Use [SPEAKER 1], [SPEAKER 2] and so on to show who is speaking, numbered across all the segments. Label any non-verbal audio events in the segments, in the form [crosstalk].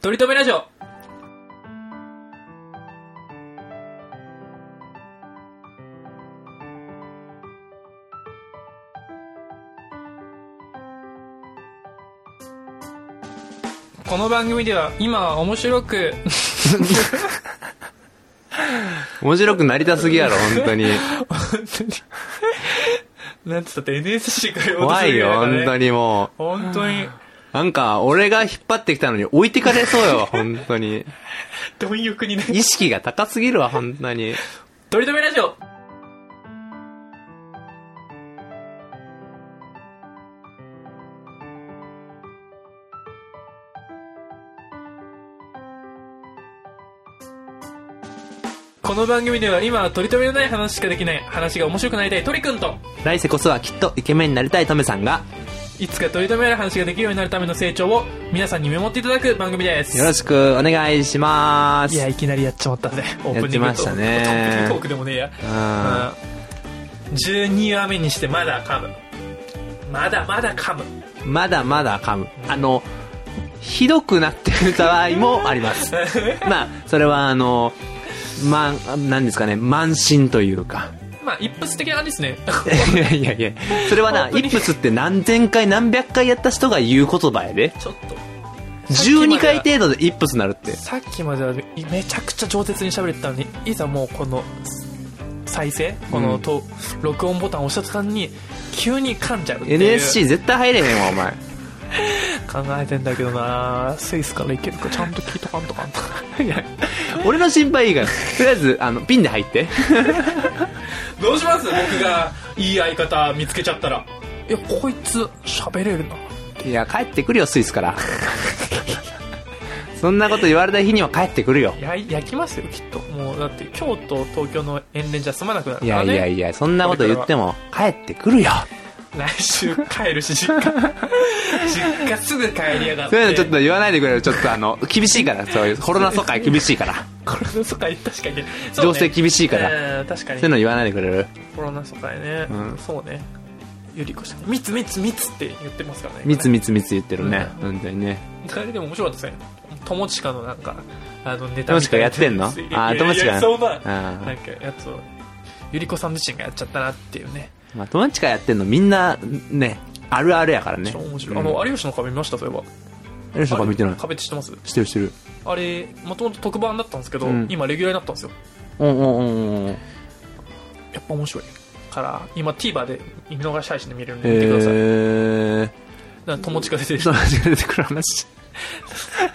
[SPEAKER 1] とりとめラジオこの番組では今面白く [laughs]
[SPEAKER 2] 面白くなりたすぎやろ、本当に。
[SPEAKER 1] 本当になんつったって NSC から言おうと
[SPEAKER 2] 怖
[SPEAKER 1] する
[SPEAKER 2] いよ、
[SPEAKER 1] よね
[SPEAKER 2] 本当にもう。
[SPEAKER 1] 本当に
[SPEAKER 2] なんか、俺が引っ張ってきたのに置いてかれそうよ、本当に。
[SPEAKER 1] 貪欲にね
[SPEAKER 2] 意識が高すぎるわ、本当に。
[SPEAKER 1] とりとめラジオこの番組では今は取り留めのない話しかできない話が面白くなりたいトリくんと
[SPEAKER 2] 来世こそはきっとイケメンになりたいトメさんが、
[SPEAKER 1] いつか取り留められる話ができるようになるための成長を皆さんに見守っていただく番組です
[SPEAKER 2] よろしくお願いしま
[SPEAKER 1] いや
[SPEAKER 2] す。
[SPEAKER 1] いきなりやっちまった
[SPEAKER 2] [laughs]
[SPEAKER 1] ぜオープニング
[SPEAKER 2] やってましたね
[SPEAKER 1] トークトークでもねえや
[SPEAKER 2] うん。
[SPEAKER 1] うん12話目にしてまだ噛むまだまだ噛む [laughs]
[SPEAKER 2] まだまだ噛む。あの、ひどくなってる場合もあります。
[SPEAKER 1] [laughs]
[SPEAKER 2] まあ、それはあの、まん、なんですかね、慢心というか。
[SPEAKER 1] まあ一発的な感じですね [laughs]
[SPEAKER 2] いやいやいや、それはな、
[SPEAKER 1] 本当
[SPEAKER 2] イ
[SPEAKER 1] に
[SPEAKER 2] ップスって何千回何百回やった人が言う言葉やで。
[SPEAKER 1] ちょっと
[SPEAKER 2] 12回程度でイップスなるって。
[SPEAKER 1] さっきまではめちゃくちゃ饒舌に喋れてたのにいざもうこの再生このと、録音ボタンを押した途端に急に噛んじゃうっていう
[SPEAKER 2] NSC 絶対入れへんわ、お前。 [laughs]
[SPEAKER 1] 考えてんだけどなスイスからいけるかちゃんと聞いとかんとかんと [laughs] いや
[SPEAKER 2] 俺の心配いいから。とりあえず、あの、ピンで入って。
[SPEAKER 1] どうします僕がいい相方見つけちゃったらいやこいつ喋れるない
[SPEAKER 2] や、帰ってくるよ、スイス [laughs] から。そんなこと言われた日には帰ってくるよ。
[SPEAKER 1] や焼きますよきっともうだって京都東京の遠恋じゃ済まなくなる
[SPEAKER 2] い
[SPEAKER 1] から
[SPEAKER 2] やい
[SPEAKER 1] ね
[SPEAKER 2] やいや、そんなこと言っても、帰ってくるよ。
[SPEAKER 1] 来週帰るし実
[SPEAKER 2] [laughs]
[SPEAKER 1] 家実家すぐ帰りやがって
[SPEAKER 2] そういうのちょっと言わないでく [laughs] れる。ちょっとあの、厳しいから、そういう、コロナ疎開厳しいから。
[SPEAKER 1] コロナ疎開確かに、ね、
[SPEAKER 2] 情勢厳しいから。
[SPEAKER 1] ら、うん確か
[SPEAKER 2] そう
[SPEAKER 1] に
[SPEAKER 2] いうの言わないでくれる。
[SPEAKER 1] コロナ疎開ね、
[SPEAKER 2] うん
[SPEAKER 1] そうねゆりこちゃん密密密って言ってますからね
[SPEAKER 2] みつ
[SPEAKER 1] 密
[SPEAKER 2] みつみつ言ってるね。
[SPEAKER 1] う
[SPEAKER 2] 本当にね。
[SPEAKER 1] 誰でも面白かったですね友近のなんかあのネタ
[SPEAKER 2] 友近やってんの
[SPEAKER 1] あ
[SPEAKER 2] あー、友
[SPEAKER 1] いやいや
[SPEAKER 2] 近。
[SPEAKER 1] そうな
[SPEAKER 2] あ
[SPEAKER 1] なんかやつをゆりこさん自身がやっちゃったなっていうね
[SPEAKER 2] ーまあ、友近やってんのみんな、ね、あるあるやからね。
[SPEAKER 1] 超面白い、
[SPEAKER 2] うん
[SPEAKER 1] あの有吉の壁見ましたそういえば
[SPEAKER 2] 有吉の顔見てない。
[SPEAKER 1] 壁って知ってます
[SPEAKER 2] してるしてる。
[SPEAKER 1] あれもともと特番だったんですけど、
[SPEAKER 2] うん
[SPEAKER 1] 今レギュラーになったんですよ
[SPEAKER 2] うんうんうんうん。
[SPEAKER 1] やっぱ面白いから今 TVer で見逃し配信で見れるんで見てください、
[SPEAKER 2] えー。
[SPEAKER 1] なんか友近出てる
[SPEAKER 2] 友近が出てくる話。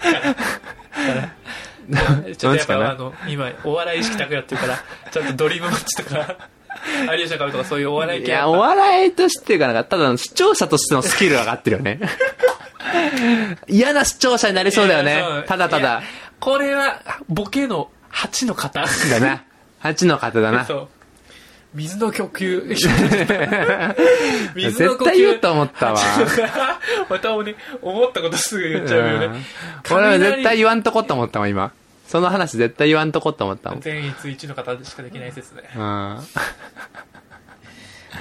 [SPEAKER 1] [laughs] ちょっとやっ
[SPEAKER 2] 友近ね
[SPEAKER 1] ぱあの今お笑い意識高くやってるからちゃんとドリームマッチとか
[SPEAKER 2] [laughs]
[SPEAKER 1] 有吉の壁とかそういうお笑い
[SPEAKER 2] い
[SPEAKER 1] 系
[SPEAKER 2] や、お笑いとしてかなんか、ただの視聴者としてのスキルが上がってるよね。 [laughs] 嫌な視聴者になりそうだよ
[SPEAKER 1] いやそ
[SPEAKER 2] ね
[SPEAKER 1] う。
[SPEAKER 2] ただた
[SPEAKER 1] いや
[SPEAKER 2] だ。
[SPEAKER 1] これはボケの8の方
[SPEAKER 2] だな。8の方だな
[SPEAKER 1] そ。う水の呼
[SPEAKER 2] [laughs]
[SPEAKER 1] 吸
[SPEAKER 2] 絶対言うと思ったわ
[SPEAKER 1] 8の方また俺ね思ったことすぐ言っちゃうよ
[SPEAKER 2] う
[SPEAKER 1] ね
[SPEAKER 2] ん俺は絶対言わんとこって思ったもん、今。その話絶対言わんとこって思ったもん。うん。
[SPEAKER 1] 全一1の方でしかできない説ね
[SPEAKER 2] 本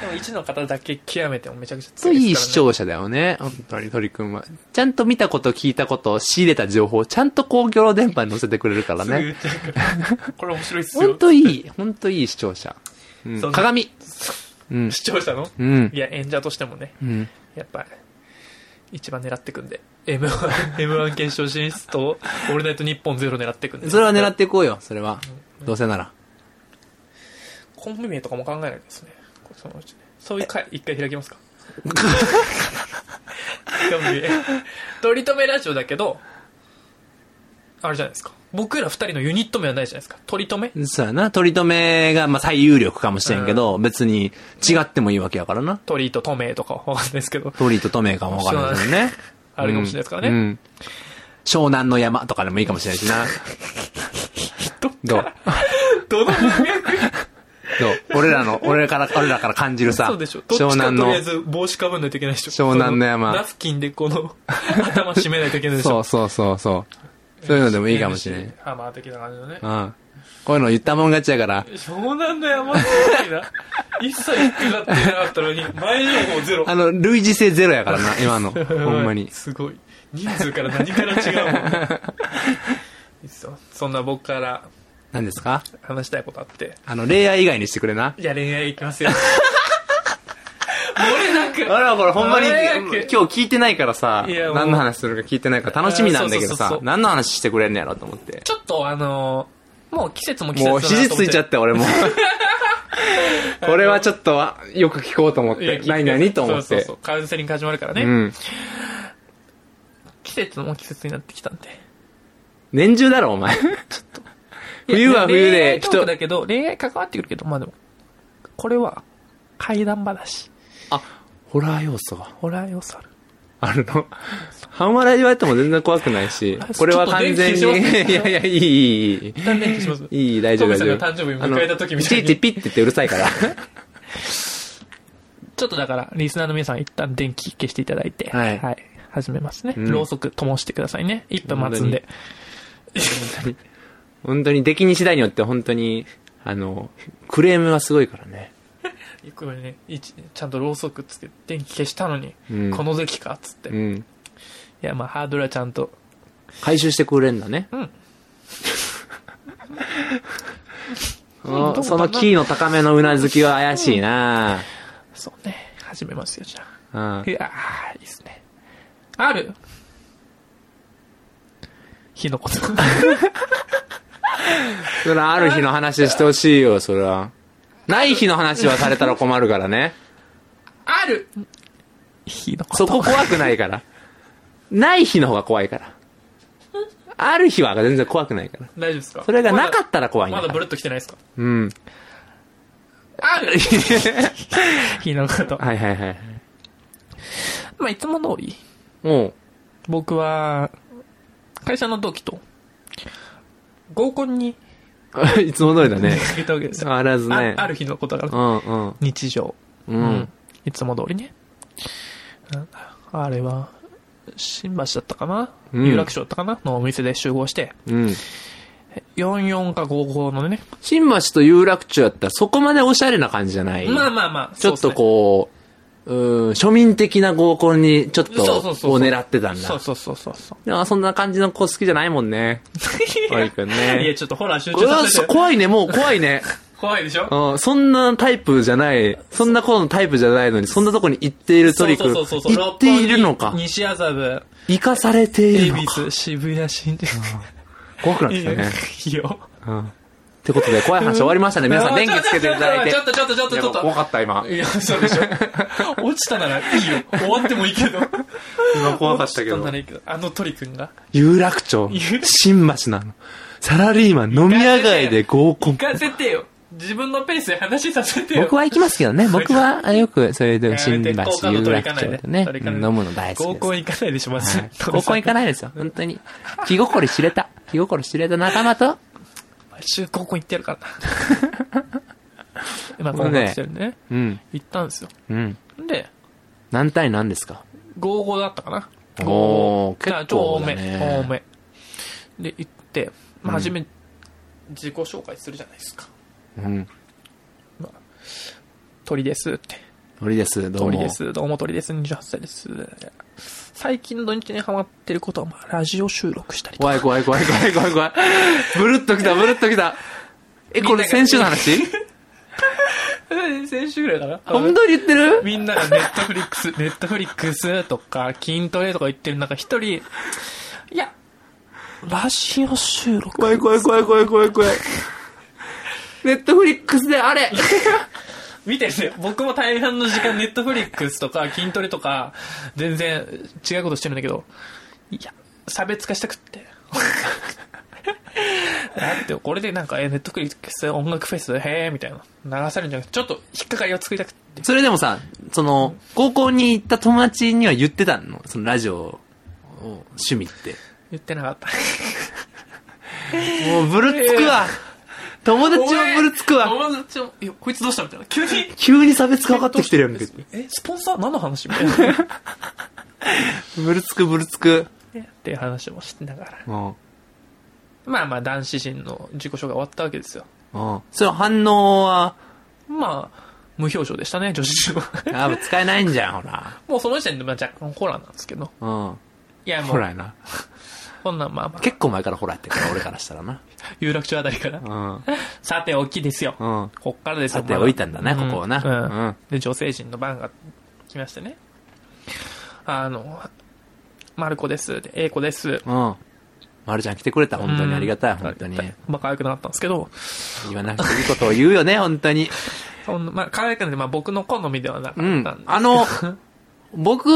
[SPEAKER 1] でも1の方だけ極めてもめちゃくちゃ
[SPEAKER 2] 当
[SPEAKER 1] 強
[SPEAKER 2] い
[SPEAKER 1] い
[SPEAKER 2] い
[SPEAKER 1] ですか
[SPEAKER 2] 視
[SPEAKER 1] らね
[SPEAKER 2] 聴者だよね。本当に、鳥くんは。ちゃんと見たこと、聞いたこと、仕入れた情報、ちゃんと公共の電波に載せてくれるから
[SPEAKER 1] す
[SPEAKER 2] ね。
[SPEAKER 1] ぐ言っちゃうからこれ面白いっすよ
[SPEAKER 2] 本当いい、本当いい視聴者。うん
[SPEAKER 1] そんな
[SPEAKER 2] 鏡。うん。
[SPEAKER 1] 視聴者の
[SPEAKER 2] うん
[SPEAKER 1] い。や演者としてもね
[SPEAKER 2] うん。
[SPEAKER 1] やっぱ一番狙っていくんで M1, M1 決勝進出と「オールナイトニッポンゼロ狙っていくんで
[SPEAKER 2] それは狙っていこうよ、それは。どうせなら。
[SPEAKER 1] コンビ名とかも考えないですねこそのうちねそういう回一回開き [laughs] ますかコンビ名取り留めラジオだけどあれじゃないですか僕ら二人のユニット名はないじゃないですか取り留め
[SPEAKER 2] そうやな、取り留めが、まあ、最有力かもしれんけど、別に違ってもいいわけやからな。
[SPEAKER 1] 取りと留めとかわかんないですけど
[SPEAKER 2] 鳥と留めかもわからないですもんね。
[SPEAKER 1] [laughs] あるかもしれないですからね、
[SPEAKER 2] うんうん湘南の山とかでもいいかもしれないし
[SPEAKER 1] [laughs]
[SPEAKER 2] な。どう
[SPEAKER 1] どの文脈
[SPEAKER 2] どう俺らの、俺から、俺らから感じるさ。
[SPEAKER 1] そうでしょ。どっちか
[SPEAKER 2] 湘南
[SPEAKER 1] と
[SPEAKER 2] の
[SPEAKER 1] りあえ。ず帽子かぶんないといけないでしょ。
[SPEAKER 2] 湘南の山
[SPEAKER 1] こナフキンでこの頭締めないといけないでし
[SPEAKER 2] そ
[SPEAKER 1] ょ。
[SPEAKER 2] うそうそうそう。そういうのでもいいかもしれない。。
[SPEAKER 1] ハマー的な感じのね
[SPEAKER 2] う。ん。こういうの言ったもん勝ちやから。
[SPEAKER 1] 湘南の山みたいな。一切引っかかってなかったのに、前情報ゼロ。 [laughs]
[SPEAKER 2] あの、類似性ゼロやからな、今の。ほんまに。
[SPEAKER 1] すごい。人数から何から違
[SPEAKER 2] [laughs]
[SPEAKER 1] うもんねいいっすよそんな僕から
[SPEAKER 2] 何ですか
[SPEAKER 1] 話したいことあって
[SPEAKER 2] あの、恋愛以外にしてくれな。
[SPEAKER 1] じゃあ恋愛いきますよ漏れなく
[SPEAKER 2] あら、これほんまに、
[SPEAKER 1] 早
[SPEAKER 2] 今
[SPEAKER 1] く
[SPEAKER 2] 日聞いてないからさ、
[SPEAKER 1] いやもう
[SPEAKER 2] 何の話するか聞いてないから楽しみなんだけ
[SPEAKER 1] い
[SPEAKER 2] ど
[SPEAKER 1] やそうそうそうそ、
[SPEAKER 2] さ
[SPEAKER 1] う
[SPEAKER 2] 何の話してくれんのやろと思って。
[SPEAKER 1] ちょっとあのーもう季節も季節だ
[SPEAKER 2] もう
[SPEAKER 1] なと思って
[SPEAKER 2] 肘ついちゃって、俺
[SPEAKER 1] [laughs]
[SPEAKER 2] も。これはちょっと、よく聞こうと思っ
[SPEAKER 1] いや聞
[SPEAKER 2] て
[SPEAKER 1] い。て
[SPEAKER 2] 何々と思っ
[SPEAKER 1] そうそう
[SPEAKER 2] て
[SPEAKER 1] そう。カウンセリング始まるからね、
[SPEAKER 2] うん。
[SPEAKER 1] 季節も季節になってきたんで
[SPEAKER 2] 年中だろ、お前。冬は冬
[SPEAKER 1] いや恋
[SPEAKER 2] で
[SPEAKER 1] 愛、トー
[SPEAKER 2] 人
[SPEAKER 1] ク、だけど恋愛関わってくるけどまあでもこれは怪談話
[SPEAKER 2] あ、ホラー要素が
[SPEAKER 1] ホラー要素ある
[SPEAKER 2] あるの。半笑いで言われても全然怖くないし、これは完全に、
[SPEAKER 1] ちょっと電気消します
[SPEAKER 2] いやいや、いい、いい、いい。
[SPEAKER 1] 一旦ね消します
[SPEAKER 2] いい、大丈夫、
[SPEAKER 1] トム
[SPEAKER 2] 大
[SPEAKER 1] さんが
[SPEAKER 2] 丈夫。
[SPEAKER 1] 誕生日迎えた時みたいに
[SPEAKER 2] あのちいちピッて言ってうるさいから。 [laughs]
[SPEAKER 1] ちょっとだから、リスナーの皆さん、一旦電気消していただいて、
[SPEAKER 2] はい
[SPEAKER 1] 始めますね。
[SPEAKER 2] うん
[SPEAKER 1] ろうそく灯してくださいね。1分待つんで。
[SPEAKER 2] 本当に、出来に次第によって本当に、あの、クレームがすごいからね。
[SPEAKER 1] ゆっくりね、いちちゃんとろうそくつけて、電気消したのに、
[SPEAKER 2] うん
[SPEAKER 1] この時期かっつって。
[SPEAKER 2] う
[SPEAKER 1] い
[SPEAKER 2] ん。
[SPEAKER 1] や、まあ、ハードルはちゃんと。
[SPEAKER 2] 回収してくれんだね。 [laughs]
[SPEAKER 1] うん
[SPEAKER 2] そのそのキーの高めのうなずきは怪しいな
[SPEAKER 1] そうね、始めますよ、じゃあ。
[SPEAKER 2] うん
[SPEAKER 1] い。やー、いいっすね。ある火の
[SPEAKER 2] [laughs]
[SPEAKER 1] こと。
[SPEAKER 2] それはある日の話してほしいよ、それは。ない日の話はされたら困るからね。
[SPEAKER 1] ある火 [laughs] のこと。
[SPEAKER 2] そこ怖くないから。ない日の方が怖いから。ある日は全然怖くないから。
[SPEAKER 1] 大丈夫ですか
[SPEAKER 2] それがなかったら怖いん
[SPEAKER 1] ま
[SPEAKER 2] だ
[SPEAKER 1] だ
[SPEAKER 2] か
[SPEAKER 1] まだブ
[SPEAKER 2] ら。
[SPEAKER 1] ルッと来てないですか
[SPEAKER 2] うん。
[SPEAKER 1] あ
[SPEAKER 2] [laughs]
[SPEAKER 1] る火のこと。
[SPEAKER 2] はいはいはい。
[SPEAKER 1] まあ、いつも通り。
[SPEAKER 2] もう、
[SPEAKER 1] 僕は、会社の同期と、合コンに
[SPEAKER 2] あ [laughs] いつも通りだね。
[SPEAKER 1] 行ったわけですよ。
[SPEAKER 2] 変わらずね。
[SPEAKER 1] あある日のことだか
[SPEAKER 2] う
[SPEAKER 1] ら、
[SPEAKER 2] んうん。
[SPEAKER 1] 日常。
[SPEAKER 2] う。。
[SPEAKER 1] うんいつも通りね。なんだあれは、新橋だったかな、
[SPEAKER 2] うん
[SPEAKER 1] 有楽町だったかなのお店で集合して、
[SPEAKER 2] うん。
[SPEAKER 1] 44か55のね。
[SPEAKER 2] 新橋と有楽町やったらそこまでおしゃれな感じじゃない。
[SPEAKER 1] まあまあまあ、
[SPEAKER 2] ちょっとこう、うーん、庶民的な合コンにちょっと
[SPEAKER 1] そうそうそうそう
[SPEAKER 2] を狙ってた
[SPEAKER 1] うんそう
[SPEAKER 2] だ。
[SPEAKER 1] そうそうそうそう。
[SPEAKER 2] でもそんな感じの子好きじゃないもんね。マリ君
[SPEAKER 1] いや、
[SPEAKER 2] ね。
[SPEAKER 1] ちょっとホラー集
[SPEAKER 2] これ
[SPEAKER 1] 中
[SPEAKER 2] は
[SPEAKER 1] させて。
[SPEAKER 2] 怖いね、もう怖
[SPEAKER 1] [laughs]
[SPEAKER 2] いね。
[SPEAKER 1] 怖いでしょ
[SPEAKER 2] うん、そんなタイプじゃない、そんな子のタイプじゃないのに、そんなとこに行っているトリッ
[SPEAKER 1] そう
[SPEAKER 2] ク
[SPEAKER 1] そうそうそう。
[SPEAKER 2] 行っているの
[SPEAKER 1] 六
[SPEAKER 2] か
[SPEAKER 1] 本木。西麻布、
[SPEAKER 2] 生かされてい
[SPEAKER 1] 恵
[SPEAKER 2] る
[SPEAKER 1] 比
[SPEAKER 2] のか。
[SPEAKER 1] 寿、渋谷、新宿。
[SPEAKER 2] 怖くなっ
[SPEAKER 1] い
[SPEAKER 2] て
[SPEAKER 1] い
[SPEAKER 2] きた
[SPEAKER 1] よ
[SPEAKER 2] ね。。
[SPEAKER 1] いいよ。
[SPEAKER 2] うん。ってことで、怖い話終わり
[SPEAKER 1] [laughs]
[SPEAKER 2] ましたね。皆さん、電気つけていただいて。
[SPEAKER 1] ちょっとちょっとちょっとちょっ
[SPEAKER 2] いや怖
[SPEAKER 1] と。
[SPEAKER 2] かった、今。
[SPEAKER 1] いや、そうでしょ。落ちたならいいよ。終わってもいいけど。
[SPEAKER 2] 今怖かった
[SPEAKER 1] 落ち
[SPEAKER 2] けど
[SPEAKER 1] な。らいいけど。あの鳥くんが。
[SPEAKER 2] 有楽町
[SPEAKER 1] 有楽、
[SPEAKER 2] 新橋なの。サラリーマン、飲み屋街で合コン
[SPEAKER 1] 行。かせてよ。自分のペースで話させてよ。
[SPEAKER 2] 僕は行きますけどね。僕は、あよく、それで、新橋
[SPEAKER 1] やめて好、感
[SPEAKER 2] 有
[SPEAKER 1] 度取りか
[SPEAKER 2] 楽
[SPEAKER 1] ない
[SPEAKER 2] 町
[SPEAKER 1] で
[SPEAKER 2] でね、
[SPEAKER 1] 取りか
[SPEAKER 2] う
[SPEAKER 1] ない
[SPEAKER 2] ん
[SPEAKER 1] で
[SPEAKER 2] 飲むの大好
[SPEAKER 1] 合
[SPEAKER 2] き
[SPEAKER 1] コ
[SPEAKER 2] で。
[SPEAKER 1] ン行かないでしますず
[SPEAKER 2] はい。合コン行かないですよ、本当に。気心知れた、気心知れた仲間と、
[SPEAKER 1] 毎週合コン行ってやる
[SPEAKER 2] [laughs]
[SPEAKER 1] からな。今、
[SPEAKER 2] も
[SPEAKER 1] 合
[SPEAKER 2] うね
[SPEAKER 1] コンしてるんでね。
[SPEAKER 2] うん、
[SPEAKER 1] 行ったんですよ。
[SPEAKER 2] うん。
[SPEAKER 1] で、
[SPEAKER 2] 何対何ですか
[SPEAKER 1] 55だったかな。
[SPEAKER 2] おー
[SPEAKER 1] 55だから
[SPEAKER 2] 結構
[SPEAKER 1] ちょ
[SPEAKER 2] だ
[SPEAKER 1] 多め、
[SPEAKER 2] ね
[SPEAKER 1] 多め。で、行って、まあ、
[SPEAKER 2] うん
[SPEAKER 1] 初め、自己紹介するじゃないですか。
[SPEAKER 2] うん。
[SPEAKER 1] 鳥ですって。
[SPEAKER 2] 鳥です、どうも。
[SPEAKER 1] 鳥で。す。どうも鳥です。28歳です。最近の土日にハマってることは、まあ、ラジオ収録したりとか。
[SPEAKER 2] 怖い怖い怖い怖い怖い怖い。ブルッときた、ブルッときた。え、これ先週の話
[SPEAKER 1] 先週ぐらいかな。
[SPEAKER 2] 本当に言ってる
[SPEAKER 1] みんながネットフリックス、ネットフリックスとか、筋トレとか言ってる中、一人、いや、ラジオ収録。
[SPEAKER 2] 怖い怖い怖い怖い怖い怖い。ネットフリックスであれ
[SPEAKER 1] 見てるよ。僕も大半の時間ネットフリックスとか筋トレとか、全然違うことしてるんだけど、いや、差別化したくって。だって、これでなんか、え、ネットフリックス音楽フェス、へえ、みたいな。流されるんじゃなくて、ちょっと引っかかりを作りたくって。
[SPEAKER 2] それでもさ、その、高校に行った友達には言ってたのそのラジオを、趣味って。
[SPEAKER 1] 言ってなかった。
[SPEAKER 2] もうブルつくわ。友達もブルつくわ。
[SPEAKER 1] 友達も、いや、こいつどうしたみたいな。急に。
[SPEAKER 2] 急に差別化分かってきてるやんけ。
[SPEAKER 1] え、スポンサー何の話みたいな。っ
[SPEAKER 2] ブルつくブルつく。
[SPEAKER 1] ていう話もしてながら。
[SPEAKER 2] うん。うん。
[SPEAKER 1] まあまあ、男子陣の自己紹介終わったわけですよ。
[SPEAKER 2] その反応は、
[SPEAKER 1] まあ、無表情でしたね、女子陣は。
[SPEAKER 2] やっぱ使えないんじゃん、ほら。
[SPEAKER 1] もうその時点でまあ若干ホラーなんですけど、
[SPEAKER 2] うん。
[SPEAKER 1] いやも
[SPEAKER 2] ホ
[SPEAKER 1] う
[SPEAKER 2] ラーやな。
[SPEAKER 1] こんなんまあまあ
[SPEAKER 2] 結構前からホラーやってるから、俺からしたらな。
[SPEAKER 1] 有楽町あたりから
[SPEAKER 2] うん。
[SPEAKER 1] さておきですよ、
[SPEAKER 2] うん。
[SPEAKER 1] こっからですよ
[SPEAKER 2] さて
[SPEAKER 1] まだ
[SPEAKER 2] おいたんだねここはな
[SPEAKER 1] うん
[SPEAKER 2] うん
[SPEAKER 1] で女性陣の番が来ましてねあの「マルコです」で「英子です」
[SPEAKER 2] うん。まるちゃん来てくれた。本当にありがたい。本当に。
[SPEAKER 1] まあ可愛くなかったんですけど、
[SPEAKER 2] 言わなくていいことを言うよね、本当に。
[SPEAKER 1] そんなまあ、可愛くなくて、まあ僕の好みではなかった
[SPEAKER 2] うんん
[SPEAKER 1] で、。。
[SPEAKER 2] あの、僕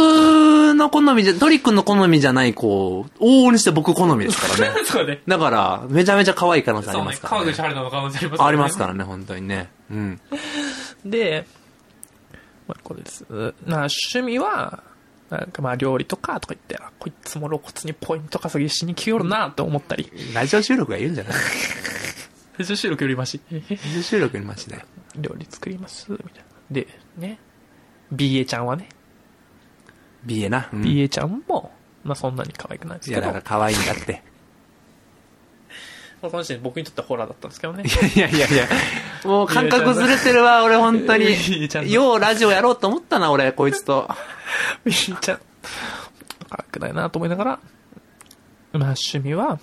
[SPEAKER 2] の好みじゃ、トリックの好みじゃない子、往々にして僕好みですからね
[SPEAKER 1] [laughs] そうね。
[SPEAKER 2] だから、めちゃめちゃ可愛い可能性あ
[SPEAKER 1] そ
[SPEAKER 2] り
[SPEAKER 1] う
[SPEAKER 2] ま
[SPEAKER 1] ね
[SPEAKER 2] す。から
[SPEAKER 1] 川
[SPEAKER 2] ね
[SPEAKER 1] 口。春奈の可能性あります
[SPEAKER 2] あります
[SPEAKER 1] ら
[SPEAKER 2] からね、本当にね。うん。
[SPEAKER 1] で、まあ、これです。な趣味は、なんかまあ料理とかとか言って、あこいつも露骨にポイント稼ぎしに来よるなと思ったり、
[SPEAKER 2] ラジオ収録がいるんじゃない
[SPEAKER 1] ラジオ収録よりまし、
[SPEAKER 2] ラジオ収録にマジで。
[SPEAKER 1] [laughs] 料理作ります、みたいな。で、ね、BA ちゃんはね、
[SPEAKER 2] BA な。うん
[SPEAKER 1] BA ちゃんも、まあそんなに可愛くないです
[SPEAKER 2] い
[SPEAKER 1] け
[SPEAKER 2] や、
[SPEAKER 1] ど、
[SPEAKER 2] だか
[SPEAKER 1] ま
[SPEAKER 2] ら可愛いん
[SPEAKER 1] [laughs]
[SPEAKER 2] だって。
[SPEAKER 1] あ、その時点で僕にとってはホラーだったんですけどね。
[SPEAKER 2] いやいやいや、もう感覚ずれてるわ、俺本当
[SPEAKER 1] い
[SPEAKER 2] に
[SPEAKER 1] やいやちゃん。と
[SPEAKER 2] ようラジオやろうと思ったな、俺、こいつと。
[SPEAKER 1] BA ちゃん、可愛くないなと思いながら、まあ趣味は、なん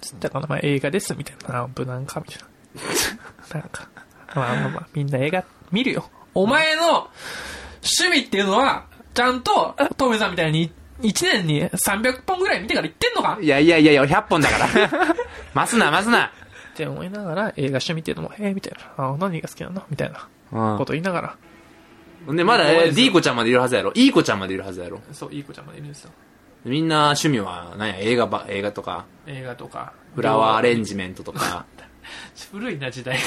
[SPEAKER 1] つったかな、まあ映画です、みたいな。あ無難か、みたいな。 [laughs] なんか、まあまあまあ、みんな映画見るよ。お前の趣味っていうのは、ちゃんと、トメさんみたいに、1年に300本ぐらい見てから言ってんのか
[SPEAKER 2] いやいやいやいや、100本だ
[SPEAKER 1] [laughs]
[SPEAKER 2] から。ますな、ますな。
[SPEAKER 1] って思いながら、映画趣味っていうのも、えー、みたいな。あ何が好きなのみたいな
[SPEAKER 2] うん
[SPEAKER 1] こ。と言いながら、
[SPEAKER 2] で、まだ、
[SPEAKER 1] 怖い
[SPEAKER 2] え
[SPEAKER 1] ですよ
[SPEAKER 2] D 子ちゃんまでいるはずやろ。E 子ちゃんまでいるはずやろ。
[SPEAKER 1] そう、いい子ちゃんまでいるんですよ。
[SPEAKER 2] みんな趣味は、なんや、映画ば、映画とか、
[SPEAKER 1] 映画とか。
[SPEAKER 2] フラワーアレンジメントとか、
[SPEAKER 1] 古いな、時代が。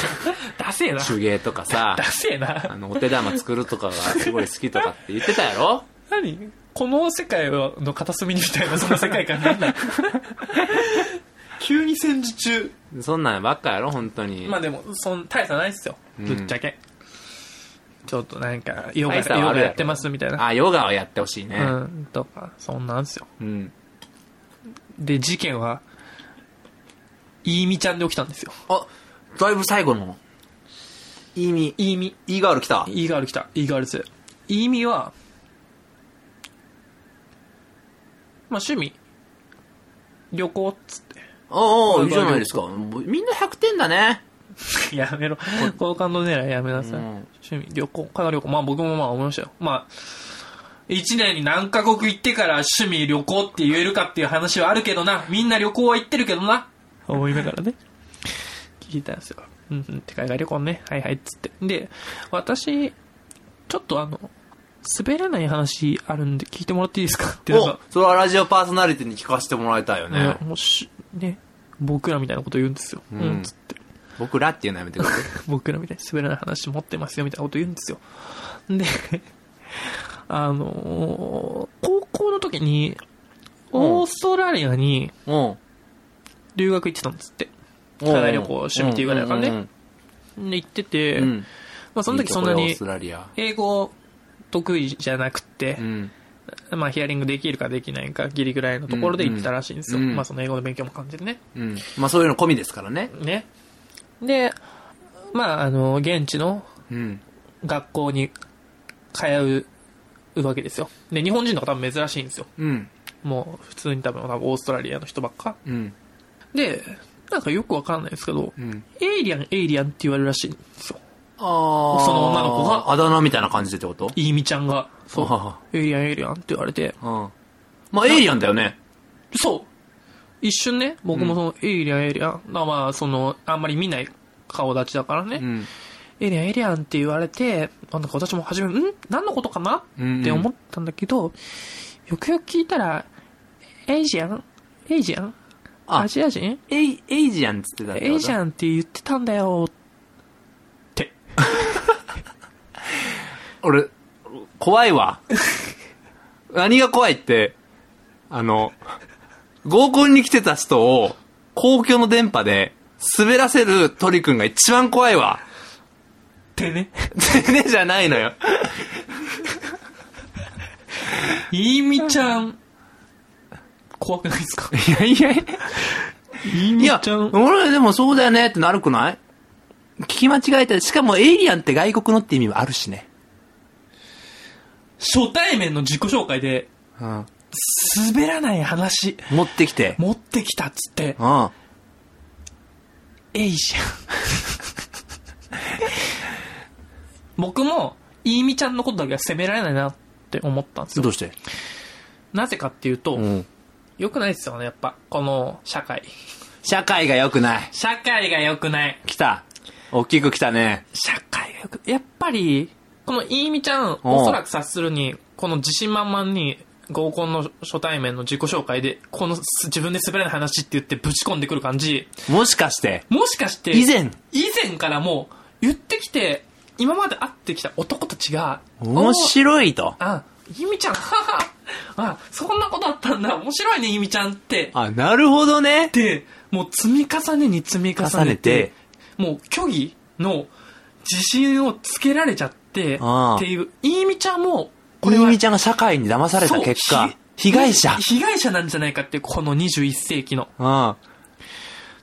[SPEAKER 1] [laughs] ダセえな。
[SPEAKER 2] 手芸とかさ
[SPEAKER 1] ダ、セえな。
[SPEAKER 2] あの、お手玉作るとかがすごい好きとかって言ってたやろ
[SPEAKER 1] 何この世界の片隅にみたいなその世界観なん
[SPEAKER 2] [laughs]
[SPEAKER 1] だ急に戦時中
[SPEAKER 2] そんなんばっかやろ、本当に。
[SPEAKER 1] まあでもそん大差ないっすよ
[SPEAKER 2] うん
[SPEAKER 1] ぶっちゃけ、ちょっとなんかヨガヨ
[SPEAKER 2] 大差はあ
[SPEAKER 1] ガ
[SPEAKER 2] るやろ
[SPEAKER 1] やってますみたいな、
[SPEAKER 2] あ、ヨガはやってほしいね。
[SPEAKER 1] うんとかそんなんすよ
[SPEAKER 2] うん。
[SPEAKER 1] で事件はいいみちゃんで起きたんですよ
[SPEAKER 2] あ、だいぶ最後の、意味、
[SPEAKER 1] いいみ
[SPEAKER 2] イーガール来た。
[SPEAKER 1] イーガール来たイーガールズイーミはまあ趣味旅行っつって
[SPEAKER 2] おうおういいじゃないですか。みんな100点だね。
[SPEAKER 1] [laughs] やめろ。好感度狙いやめなさい。
[SPEAKER 2] うん
[SPEAKER 1] 趣味、旅行、海外旅行。まあ僕もまあ思いましたよ。まあ、一年に何カ国行ってから趣味、旅行って言えるかっていう話はあるけどな。みんな旅行は行ってるけどな。思いながらね。聞いたんですよ。うんうん。って海外旅行ね。はいはい。っつって。で、私、ちょっとあの、滑らない話あるんで聞いてもらっていいですかってなんか
[SPEAKER 2] お、それはラジオパーソナリティに聞かせてもらいたいよね
[SPEAKER 1] ね。もうし、ね、僕らみたいなこと言うんですよ。
[SPEAKER 2] うん
[SPEAKER 1] うん、つって。
[SPEAKER 2] 僕らっていうのやめてください。
[SPEAKER 1] [laughs] 僕らみたいに滑らない話持ってますよみたいなこと言うんですよ。で、 [laughs] あのー高校の時に、
[SPEAKER 2] うん
[SPEAKER 1] オーストラリアに
[SPEAKER 2] うん。
[SPEAKER 1] 留学行ってたんですって。
[SPEAKER 2] 海
[SPEAKER 1] 海外旅行趣味っていうぐらいだからね
[SPEAKER 2] うん
[SPEAKER 1] で、行ってて、
[SPEAKER 2] うんうんうん。
[SPEAKER 1] まあその時そんないに
[SPEAKER 2] いとこよオーストラリア。
[SPEAKER 1] 英語得意じゃなくて
[SPEAKER 2] う、ん。
[SPEAKER 1] まあヒアリングできるかできないかギリぐらいのところで行ってたらしいんですよ。
[SPEAKER 2] うんうん
[SPEAKER 1] まあその英語の勉強も感じでね。
[SPEAKER 2] うん。まあそういうの込みですからね。
[SPEAKER 1] ね。で、まああの、現地の
[SPEAKER 2] うん。
[SPEAKER 1] 学校に通うわけですよ。で、日本人の方も珍しいんですよ。
[SPEAKER 2] うん。
[SPEAKER 1] もう普通に多分多分オーストラリアの人ばっか。
[SPEAKER 2] うん。
[SPEAKER 1] で、なんかよくわかんないですけど、
[SPEAKER 2] うん。
[SPEAKER 1] エイリアン、エイリアンって言われるらしいんですよ。
[SPEAKER 2] ああ。
[SPEAKER 1] その女の子が
[SPEAKER 2] あだ名みたいな感じでってこと
[SPEAKER 1] イーミちゃんが、そ
[SPEAKER 2] あ
[SPEAKER 1] う、エイリアン、エイリアンって言われて、
[SPEAKER 2] [laughs] うん。まあエイリアンだよね。
[SPEAKER 1] そう一瞬ね、僕もその、エイリアン、エイリアン、まあまあ、その、あんまり見ない顔立ちだからね、
[SPEAKER 2] うん。
[SPEAKER 1] エイリアン、エイリアンって言われて、なんか私も初め、ん何のことかな
[SPEAKER 2] うん。
[SPEAKER 1] って思ったんだけど、よくよく聞いたら、エイジアンエイジアン
[SPEAKER 2] あ
[SPEAKER 1] アジア人
[SPEAKER 2] エイ、エイジアンっつってたってこと
[SPEAKER 1] エイジアンって言ってたんだよって。
[SPEAKER 2] 俺、怖い
[SPEAKER 1] [laughs]
[SPEAKER 2] わ。何が怖いって、あの、合コンに来てた人を、公共の電波で滑らせる鳥くんが一番怖いわ。
[SPEAKER 1] っ
[SPEAKER 2] [laughs]
[SPEAKER 1] てね。
[SPEAKER 2] てねじゃないのよ。
[SPEAKER 1] いいみちゃん、怖くないですか
[SPEAKER 2] いやいやいや。
[SPEAKER 1] いい
[SPEAKER 2] い
[SPEAKER 1] み
[SPEAKER 2] や
[SPEAKER 1] ちゃ、ん、
[SPEAKER 2] 俺でもそうだよねってなるくない聞き間違えたり、しかもエイリアンって外国のって意味はあるしね。
[SPEAKER 1] 初対面の自己紹介で、
[SPEAKER 2] うん。
[SPEAKER 1] 滑らない話、
[SPEAKER 2] 持ってきて。
[SPEAKER 1] 持ってきたっつって、
[SPEAKER 2] うん。
[SPEAKER 1] えいじゃん。僕も、いいみちゃんのことだけは責められないなって思ったんですよ。
[SPEAKER 2] どうして
[SPEAKER 1] なぜかっていうと、
[SPEAKER 2] ん。
[SPEAKER 1] 良くないですよね、やっぱ。この、社会。
[SPEAKER 2] 社会が良くない。
[SPEAKER 1] 社会が良くない。
[SPEAKER 2] 来た。大きく来たね。
[SPEAKER 1] 社会が良く、やっぱり、このいいみちゃん、
[SPEAKER 2] おう
[SPEAKER 1] おそらく察するに、この自信満々に、合コンの初対面の自己紹介で、このす自分で滑らない話って言ってぶち込んでくる感じ、
[SPEAKER 2] もしかして、
[SPEAKER 1] もしかして、
[SPEAKER 2] 以前、
[SPEAKER 1] 以前からもう、言ってきて、今まで会ってきた男たちが、
[SPEAKER 2] 面白いと。
[SPEAKER 1] あ、ゆみちゃん、はは、あ、そんなことあったんだ、面白いね、ゆみちゃんって。
[SPEAKER 2] あ、なるほどね。
[SPEAKER 1] で、もう積み重ねに積み重ねて、
[SPEAKER 2] 重ねて
[SPEAKER 1] もう虚偽の自信をつけられちゃって、
[SPEAKER 2] ああ
[SPEAKER 1] っていう、いいみちゃんも、
[SPEAKER 2] これ、みちゃんが社会に騙された
[SPEAKER 1] そう
[SPEAKER 2] 結果
[SPEAKER 1] ひ、
[SPEAKER 2] 被害者。
[SPEAKER 1] 被害者なんじゃないかっていう、この21世紀の。
[SPEAKER 2] うん。うん。
[SPEAKER 1] っ